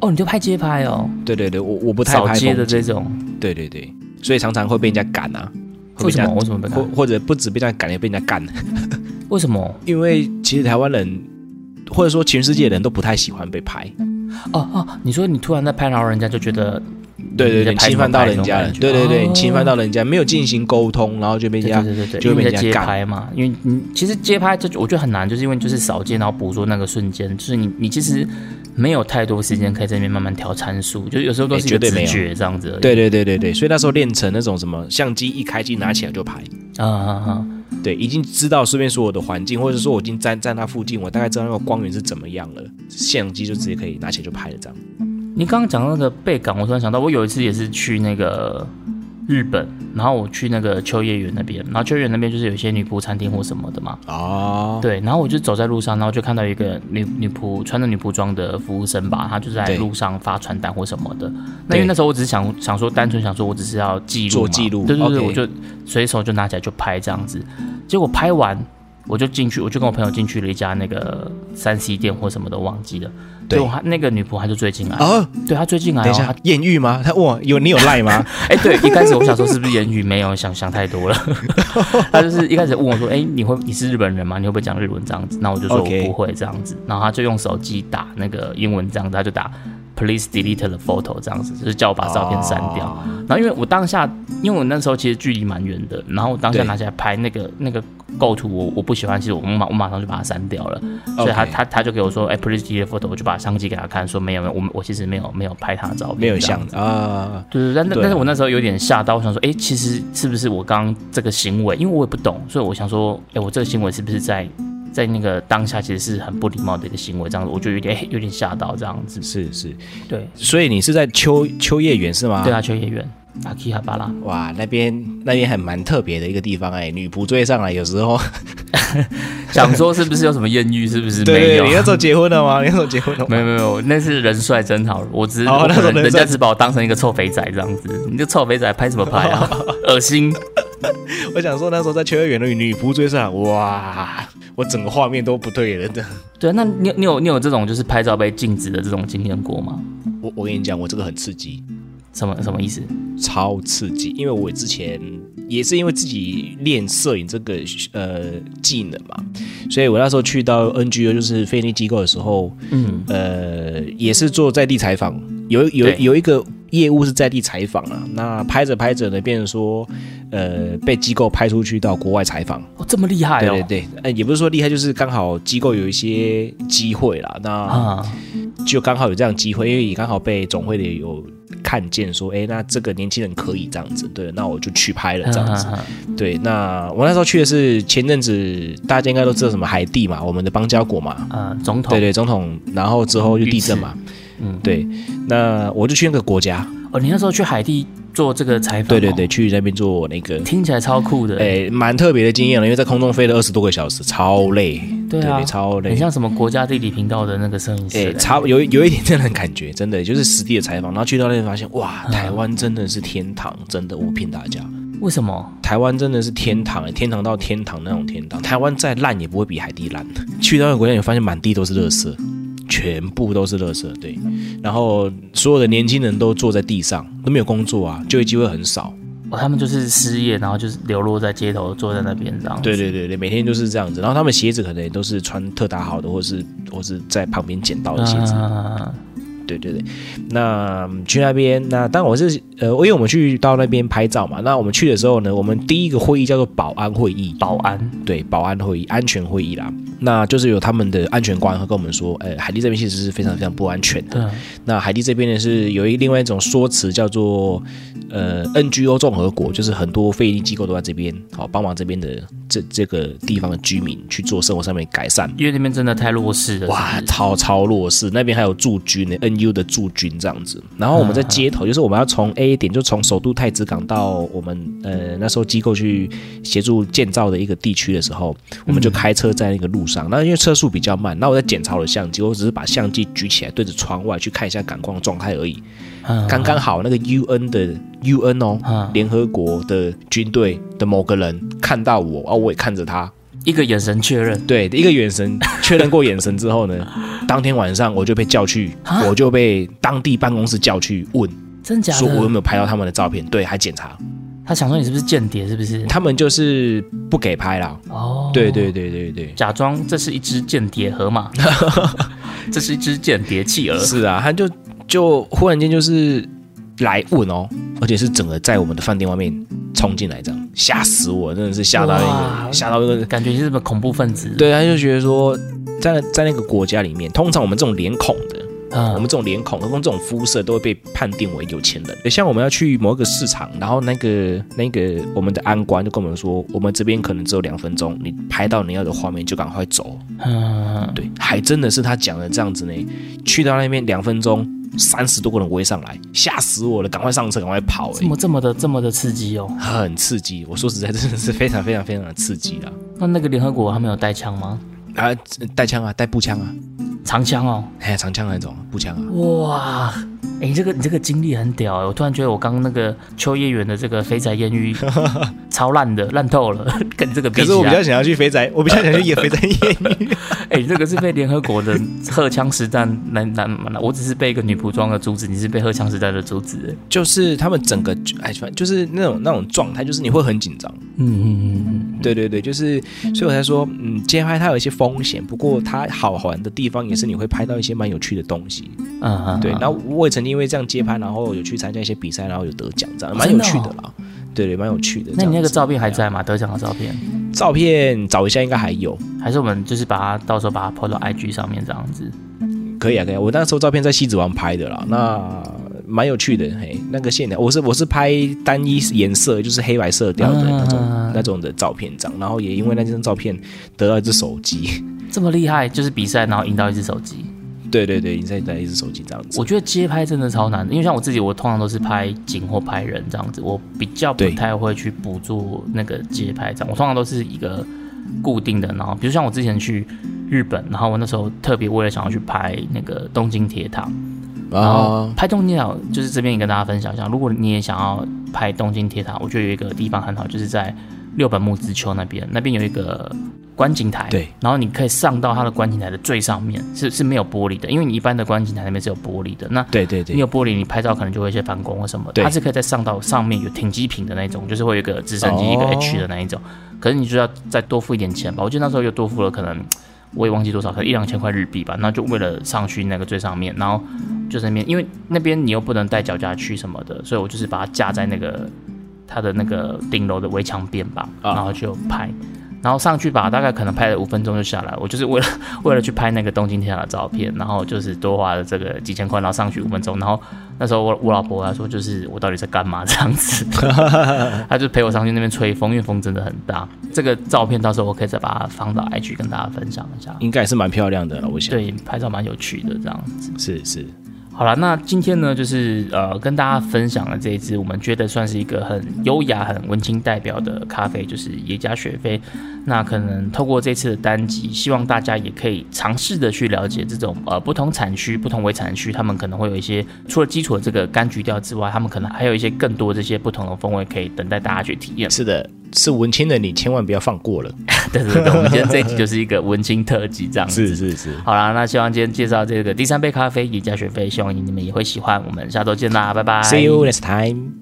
[SPEAKER 1] 哦，你就拍街拍哦，
[SPEAKER 2] 对对对，我我不太
[SPEAKER 1] 扫
[SPEAKER 2] 拍
[SPEAKER 1] 街的
[SPEAKER 2] 风景
[SPEAKER 1] 这种。
[SPEAKER 2] 对对对，所以常常会被人家赶啊，
[SPEAKER 1] 为
[SPEAKER 2] 会被
[SPEAKER 1] 什
[SPEAKER 2] 人
[SPEAKER 1] 么？
[SPEAKER 2] 家
[SPEAKER 1] 为什么被
[SPEAKER 2] 或
[SPEAKER 1] 他？
[SPEAKER 2] 或者不止被人家赶，也被人家干。啊
[SPEAKER 1] 为什么？
[SPEAKER 2] 因为其实台湾人或者说全世界人都不太喜欢被拍，
[SPEAKER 1] 哦哦，你说你突然在拍，然后人家就觉得
[SPEAKER 2] 对对
[SPEAKER 1] 你
[SPEAKER 2] 对，
[SPEAKER 1] 在
[SPEAKER 2] 你
[SPEAKER 1] 拍
[SPEAKER 2] 侵犯到人
[SPEAKER 1] 什么
[SPEAKER 2] 家
[SPEAKER 1] 拍
[SPEAKER 2] 了，
[SPEAKER 1] 那种感觉
[SPEAKER 2] 对对对，你侵犯
[SPEAKER 1] 哦
[SPEAKER 2] 到人家，没有进行沟通，然后就被人
[SPEAKER 1] 对
[SPEAKER 2] 家
[SPEAKER 1] 对对对，
[SPEAKER 2] 就
[SPEAKER 1] 因为
[SPEAKER 2] 被
[SPEAKER 1] 你
[SPEAKER 2] 人
[SPEAKER 1] 在
[SPEAKER 2] 家
[SPEAKER 1] 街
[SPEAKER 2] 干
[SPEAKER 1] 拍嘛，因为你其实街拍这我觉得很难，就是因为就是扫街，然后捕捉那个瞬间，就是你你其实没有太多时间可以在那边慢慢调参数，就是有时候都
[SPEAKER 2] 哎
[SPEAKER 1] 是一个
[SPEAKER 2] 绝对没
[SPEAKER 1] 直
[SPEAKER 2] 有
[SPEAKER 1] 觉这样子而已。
[SPEAKER 2] 对对对对对，所以那时候练成那种什么相机一开机拿起来就拍，
[SPEAKER 1] 啊啊啊！
[SPEAKER 2] 对，已经知道身边所有的环境，或者说我已经站站它附近，我大概知道那个光源是怎么样了，相机就直接可以拿起来就拍了这样。
[SPEAKER 1] 你刚刚讲到那个贝港，我突然想到，我有一次也是去那个日本，然后我去那个秋叶原那边，然后秋叶原那边就是有一些女仆餐厅或什么的嘛。
[SPEAKER 2] 哦，
[SPEAKER 1] 对，然后我就走在路上，然后就看到一个女女仆穿着女仆装的服务生吧，她就在
[SPEAKER 2] 对
[SPEAKER 1] 路上发传单或什么的。那因为
[SPEAKER 2] 对
[SPEAKER 1] 那时候我只是想想说，单纯想说我只是要记录嘛
[SPEAKER 2] 做记录
[SPEAKER 1] 对对对
[SPEAKER 2] OK
[SPEAKER 1] 我就随手就拿起来就拍这样子。结果拍完我就进去，我就跟我朋友进去了一家那个三 C 店或什么的，忘记了。
[SPEAKER 2] 对
[SPEAKER 1] 结果她那个女仆她就追进来，
[SPEAKER 2] 哦，
[SPEAKER 1] 对她追进来、哦，
[SPEAKER 2] 等一
[SPEAKER 1] 她
[SPEAKER 2] 下，艳遇吗？他哇，有你有 赖吗？
[SPEAKER 1] 哎、对，一开始我想说是不是言语没有，想想太多了。 他就是一开始问我说：“哎、你会你是日本人吗？你会不会讲日文这样子？”那我就说我
[SPEAKER 2] OK
[SPEAKER 1] 不会这样子。然后他就用手机打那个英文这样子，他就打 “please delete the photo” 这样子，就是叫我把照片删掉。
[SPEAKER 2] 哦
[SPEAKER 1] 然后因为我当下，因为我那时候其实距离蛮远的，然后我当下
[SPEAKER 2] 对
[SPEAKER 1] 拿起来拍那个那个构图我，我不喜欢，其实我马我马上就把它删掉了。所以
[SPEAKER 2] OK
[SPEAKER 1] 他他他就给我说：“哎、p l e a s e delete the photo。”我就把相机给他看，说：“没有没有，我我其实没有没有拍他的照片，
[SPEAKER 2] 没有
[SPEAKER 1] 这样
[SPEAKER 2] 像啊，
[SPEAKER 1] 对对，但但
[SPEAKER 2] 对啊
[SPEAKER 1] 但是我那时候有点吓到，我想说，哎，其实是不是我刚刚这个行为，因为我也不懂，所以我想说，哎，我这个行为是不是在在那个当下其实是很不礼貌的一个行为，这样子，我就有点哎有点吓到这样子。
[SPEAKER 2] 是是，
[SPEAKER 1] 对，
[SPEAKER 2] 所以你是在秋秋叶原是吗？
[SPEAKER 1] 对啊，秋叶原，阿基哈巴 拉，
[SPEAKER 2] 哇，那边那边还蛮特别的一个地方哎、女仆追上来，有时 候
[SPEAKER 1] 想说是不是有什么艳遇，是不是没
[SPEAKER 2] 对，你
[SPEAKER 1] 有
[SPEAKER 2] 那？时候结婚 了吗？你那时候结婚了吗？
[SPEAKER 1] 没有没有没有，那是人帅真好，我只是、
[SPEAKER 2] 哦
[SPEAKER 1] 我可
[SPEAKER 2] 那时候
[SPEAKER 1] 能人
[SPEAKER 2] 人帅
[SPEAKER 1] 家只把我当成一个臭肥仔这样子，你这臭肥仔拍什么拍 啊？恶心！
[SPEAKER 2] 我想说那时候在秋叶原的女仆追上来，哇，我整个画面都不对了。真的
[SPEAKER 1] 对啊，那你有你有你有这种就是拍照被禁止的这种经验过吗？
[SPEAKER 2] 我我跟你讲，我这个很刺激，
[SPEAKER 1] 什么什么意思？
[SPEAKER 2] 超刺激，因为我之前也是因为自己练摄影这个呃技能嘛，所以我那时候去到 NGO 就是非利机构的时候，
[SPEAKER 1] 嗯，
[SPEAKER 2] 呃，也是做在地采访，有有
[SPEAKER 1] 对
[SPEAKER 2] 有一个业务是在地采访啊。那拍着拍着呢，变成说，呃，被机构派出去到国外采访。
[SPEAKER 1] 哦，这么厉害哦！
[SPEAKER 2] 对对对，呃，也不是说厉害，就是刚好机构有一些机会啦。那
[SPEAKER 1] 啊，
[SPEAKER 2] 就刚好有这样的机会，因为也刚好被总会的有看见说，哎，那这个年轻人可以这样子，对，那我就去拍了这样子。
[SPEAKER 1] 嗯嗯嗯
[SPEAKER 2] 对，那我那时候去的是前阵子大家应该都知道什么海地嘛，我们的邦交国嘛。
[SPEAKER 1] 呃，总统
[SPEAKER 2] 对对，总统，然后之后就地震嘛，
[SPEAKER 1] 嗯，
[SPEAKER 2] 对，那我就去那个国家，
[SPEAKER 1] 哦，你那时候去海地做这个采访、
[SPEAKER 2] 对对对，，去那边做那个，
[SPEAKER 1] 听起来超酷的，
[SPEAKER 2] 诶，蛮特别的经验了，因为在空中飞了二十多个小时，超累，
[SPEAKER 1] 对哎啊
[SPEAKER 2] 超累
[SPEAKER 1] 很，像什么国家地理频道的那个摄影师
[SPEAKER 2] 诶，
[SPEAKER 1] 嘞，
[SPEAKER 2] 差有有一点这样的感觉，真的就是实地的采访，然后去到那边发现，
[SPEAKER 1] 嗯
[SPEAKER 2] 哇，台湾真的是天堂，真的，我不骗大家，
[SPEAKER 1] 为什么？
[SPEAKER 2] 台湾真的是天堂，欸天堂到天堂那种天堂，台湾再烂也不会比海地烂。去到那个国家，你发现满地都是垃圾，全部都是垃圾，对。然后所有的年轻人都坐在地上，都没有工作啊，就业机会很少。
[SPEAKER 1] 哦，他们就是失业，然后就是流落在街头，坐在那边这样子。
[SPEAKER 2] 对对对对，每天就是这样子。然后他们鞋子可能也都是穿特打好的，或是或是在旁边捡到的鞋子。
[SPEAKER 1] 啊，
[SPEAKER 2] 对对对，那嗯去那边，那当然我是呃，因为我们去到那边拍照嘛，那我们去的时候呢，我们第一个会议叫做保安会议，
[SPEAKER 1] 保安，
[SPEAKER 2] 对保安会议、安全会议啦，那就是有他们的安全官会跟我们说，呃，海地这边其实是非常非常不安全的。
[SPEAKER 1] 对，
[SPEAKER 2] 那海地这边呢是有一另外一种说辞叫做，呃，NGO 综合国，就是很多非营利机构都在这边，好帮忙这边的这这个地方的居民去做生活上面的改善。
[SPEAKER 1] 因为那边真的太弱势了。
[SPEAKER 2] 哇
[SPEAKER 1] 是，不是
[SPEAKER 2] 超超弱势，那边还有驻军呢，NU 的驻军这样子。然后我们在街头，就是我们要从 A 点，就从首都太子港到我们呃那时候机构去协助建造的一个地区的时候，我们就开车在那个路上。那因为车速比较慢，那我在检查我的相机，我只是把相机举起来对着窗外去看一下感光状态而已。
[SPEAKER 1] 嗯
[SPEAKER 2] 刚刚好那个 UN 的 UN 哦
[SPEAKER 1] 嗯，
[SPEAKER 2] 联合国的军队的某个人看到我，啊，我也看着他，
[SPEAKER 1] 一个眼神确认，
[SPEAKER 2] 对，一个眼神确认过眼神之 后呢，当天晚上我就被叫去，
[SPEAKER 1] 啊
[SPEAKER 2] 我就被当地办公室叫去问，
[SPEAKER 1] 真假
[SPEAKER 2] 说我有
[SPEAKER 1] 的？
[SPEAKER 2] 没有拍到他们的照片，对，还检查，
[SPEAKER 1] 他想说你是不是间谍？是不是？
[SPEAKER 2] 他们就是不给拍啦。
[SPEAKER 1] 哦，
[SPEAKER 2] 对对，对对对，
[SPEAKER 1] 假装这是一只间谍河 马，这是一只间谍企鹅。
[SPEAKER 2] 是啊，他就就忽然间就是来问哦，而且是整个在我们的饭店外面冲进来这样，吓死我，真的是吓到那
[SPEAKER 1] 哇
[SPEAKER 2] 个吓到那个
[SPEAKER 1] 感觉你是什么恐怖分子？
[SPEAKER 2] 对，他就觉得说，在在那个国家里面，通常我们这种脸孔的，
[SPEAKER 1] 嗯
[SPEAKER 2] 我们这种脸孔跟这种肤色都会被判定为有钱人。像我们要去某一个市场，然后那个那个我们的安官就跟我们说，我们这边可能只有两分钟，你拍到你要的画面就赶快走。
[SPEAKER 1] 嗯，
[SPEAKER 2] 对，还真的是他讲的这样子呢。去到那边两分钟，三十多个人围上来，吓死我了，赶快上车，赶快跑、
[SPEAKER 1] 这
[SPEAKER 2] 欸
[SPEAKER 1] 么，这么的这么的刺激哦。
[SPEAKER 2] 很刺激。我说实在，真的是非常非常非常的刺激啦。
[SPEAKER 1] 那那个联合国他们有带枪吗？
[SPEAKER 2] 啊，带枪啊，带步枪啊，
[SPEAKER 1] 长枪哦。
[SPEAKER 2] 哎，长枪那种步枪啊。
[SPEAKER 1] 哇，哎、你这个你这个经历很屌哎、我突然觉得我刚刚那个秋叶原的这个肥宅艳 遇超烂的，烂透了， 跟这个比
[SPEAKER 2] 可
[SPEAKER 1] 起
[SPEAKER 2] 是我比较
[SPEAKER 1] 来，
[SPEAKER 2] 想要去肥宅， 我比较想去演肥宅演
[SPEAKER 1] 哎、你这个是被联合国的荷枪实弹男男男，我只是被一个女仆装的阻止，你是被荷枪实弹的阻止、哎
[SPEAKER 2] 就是他们整个哎，反正就是那种那种状态，就是你会很紧张。
[SPEAKER 1] 嗯嗯嗯
[SPEAKER 2] 对对对，就是，所以我才说，嗯，街拍它有一些风险，不过它好玩的地方也是你会拍到一些蛮有趣的东西。
[SPEAKER 1] 嗯嗯嗯，
[SPEAKER 2] 对，
[SPEAKER 1] 嗯
[SPEAKER 2] 然后我也曾经因为这样街拍，然后有去参加一些比赛，然后有得奖，这样
[SPEAKER 1] 哦
[SPEAKER 2] 蛮
[SPEAKER 1] 真
[SPEAKER 2] 有
[SPEAKER 1] 的哦
[SPEAKER 2] 趣的啦。对对，蛮有趣的。
[SPEAKER 1] 那你那
[SPEAKER 2] 这样
[SPEAKER 1] 个
[SPEAKER 2] 子
[SPEAKER 1] 照片还在吗？得奖的照片，
[SPEAKER 2] 照片找一下，应该还有。
[SPEAKER 1] 还是我们就是把它到时候把它抛到 IG 上面这样子？
[SPEAKER 2] 可以啊，
[SPEAKER 1] 嗯
[SPEAKER 2] 可以啊。我那时候照片在西子湾拍的啦，那蛮有趣的。嘿，那个线条，我是我是拍单一颜色，就是黑白色调的那种、
[SPEAKER 1] 啊
[SPEAKER 2] 那种的照片这样，然后也因为那张照片得到一只手 机。
[SPEAKER 1] 这么厉害，就是比赛然后赢到一只手机。
[SPEAKER 2] 对对对，你再得一只手机这样子
[SPEAKER 1] 我。觉得街拍真的超难的，因为像我自己，我通常都是拍景或拍人这样子，我比较不
[SPEAKER 2] 对
[SPEAKER 1] 太会去捕捉那个街拍这样。我通常都是一个固定的，然后比如像我之前去日本，然后我那时候特别为了想要去拍那个东京铁塔，然后
[SPEAKER 2] 啊，
[SPEAKER 1] 拍东京铁塔就是这边也跟大家分享一下，如果你也想要拍东京铁塔，我觉得有一个地方很好，就是在六本木之丘那边，那边有一个观景台，
[SPEAKER 2] 对，
[SPEAKER 1] 然后你可以上到它的观景台的最上面，是是没有玻璃的，因为你一般的观景台那边是有玻璃的，那
[SPEAKER 2] 对对
[SPEAKER 1] 你
[SPEAKER 2] 对
[SPEAKER 1] 有玻璃，你拍照可能就会一些反光或什么的。
[SPEAKER 2] 对
[SPEAKER 1] 它是可以再上到上面有停机坪的那种，就是会有一个直升机、
[SPEAKER 2] 哦
[SPEAKER 1] 一个 H 的那一种。可是你就要再多付一点钱吧，我记得那时候又多付了可能我也忘记多少，可能一两千块日币吧。那就为了上去那个最上面，然后就是那边，因为那边你又不能带脚架去什么的，所以我就是把它架在那个它的那个顶楼的围墙边吧，
[SPEAKER 2] 啊
[SPEAKER 1] 然后就拍。然后上去吧，大概可能拍了五分钟就下来。我就是为了为了去拍那个东京铁塔的照片，然后就是多花了这个几千块，然后上去五分钟。然后那时候我我老婆还说，就是我到底在干嘛这样子，她就陪我上去那边吹风，因为风真的很大。这个照片到时候我可以再把它放到 IG 跟大家分享一下。
[SPEAKER 2] 应该也是蛮漂亮的了，我想。，
[SPEAKER 1] 对，拍照蛮有趣的这样子。
[SPEAKER 2] 是是，
[SPEAKER 1] 好了，那今天呢，就是呃，跟大家分享了这一支我们觉得算是一个很优雅、很文青代表的咖啡，就是耶加雪菲。那可能透过这次的单集，希望大家也可以尝试的去了解这种呃不同产区、不同为产区，他们可能会有一些除了基础的这个柑橘调之外，他们可能还有一些更多这些不同的风味可以等待大家去体验。
[SPEAKER 2] 是的，是文青的你千万不要放过了。
[SPEAKER 1] 对对对，我们今天这一集就是一个文青特辑这样子。
[SPEAKER 2] 嗯是是是，
[SPEAKER 1] 好啦，那希望今天介绍这个第三杯咖啡也加学费，希望你们也会喜欢。我们下周见啦，拜拜。
[SPEAKER 2] See you next time.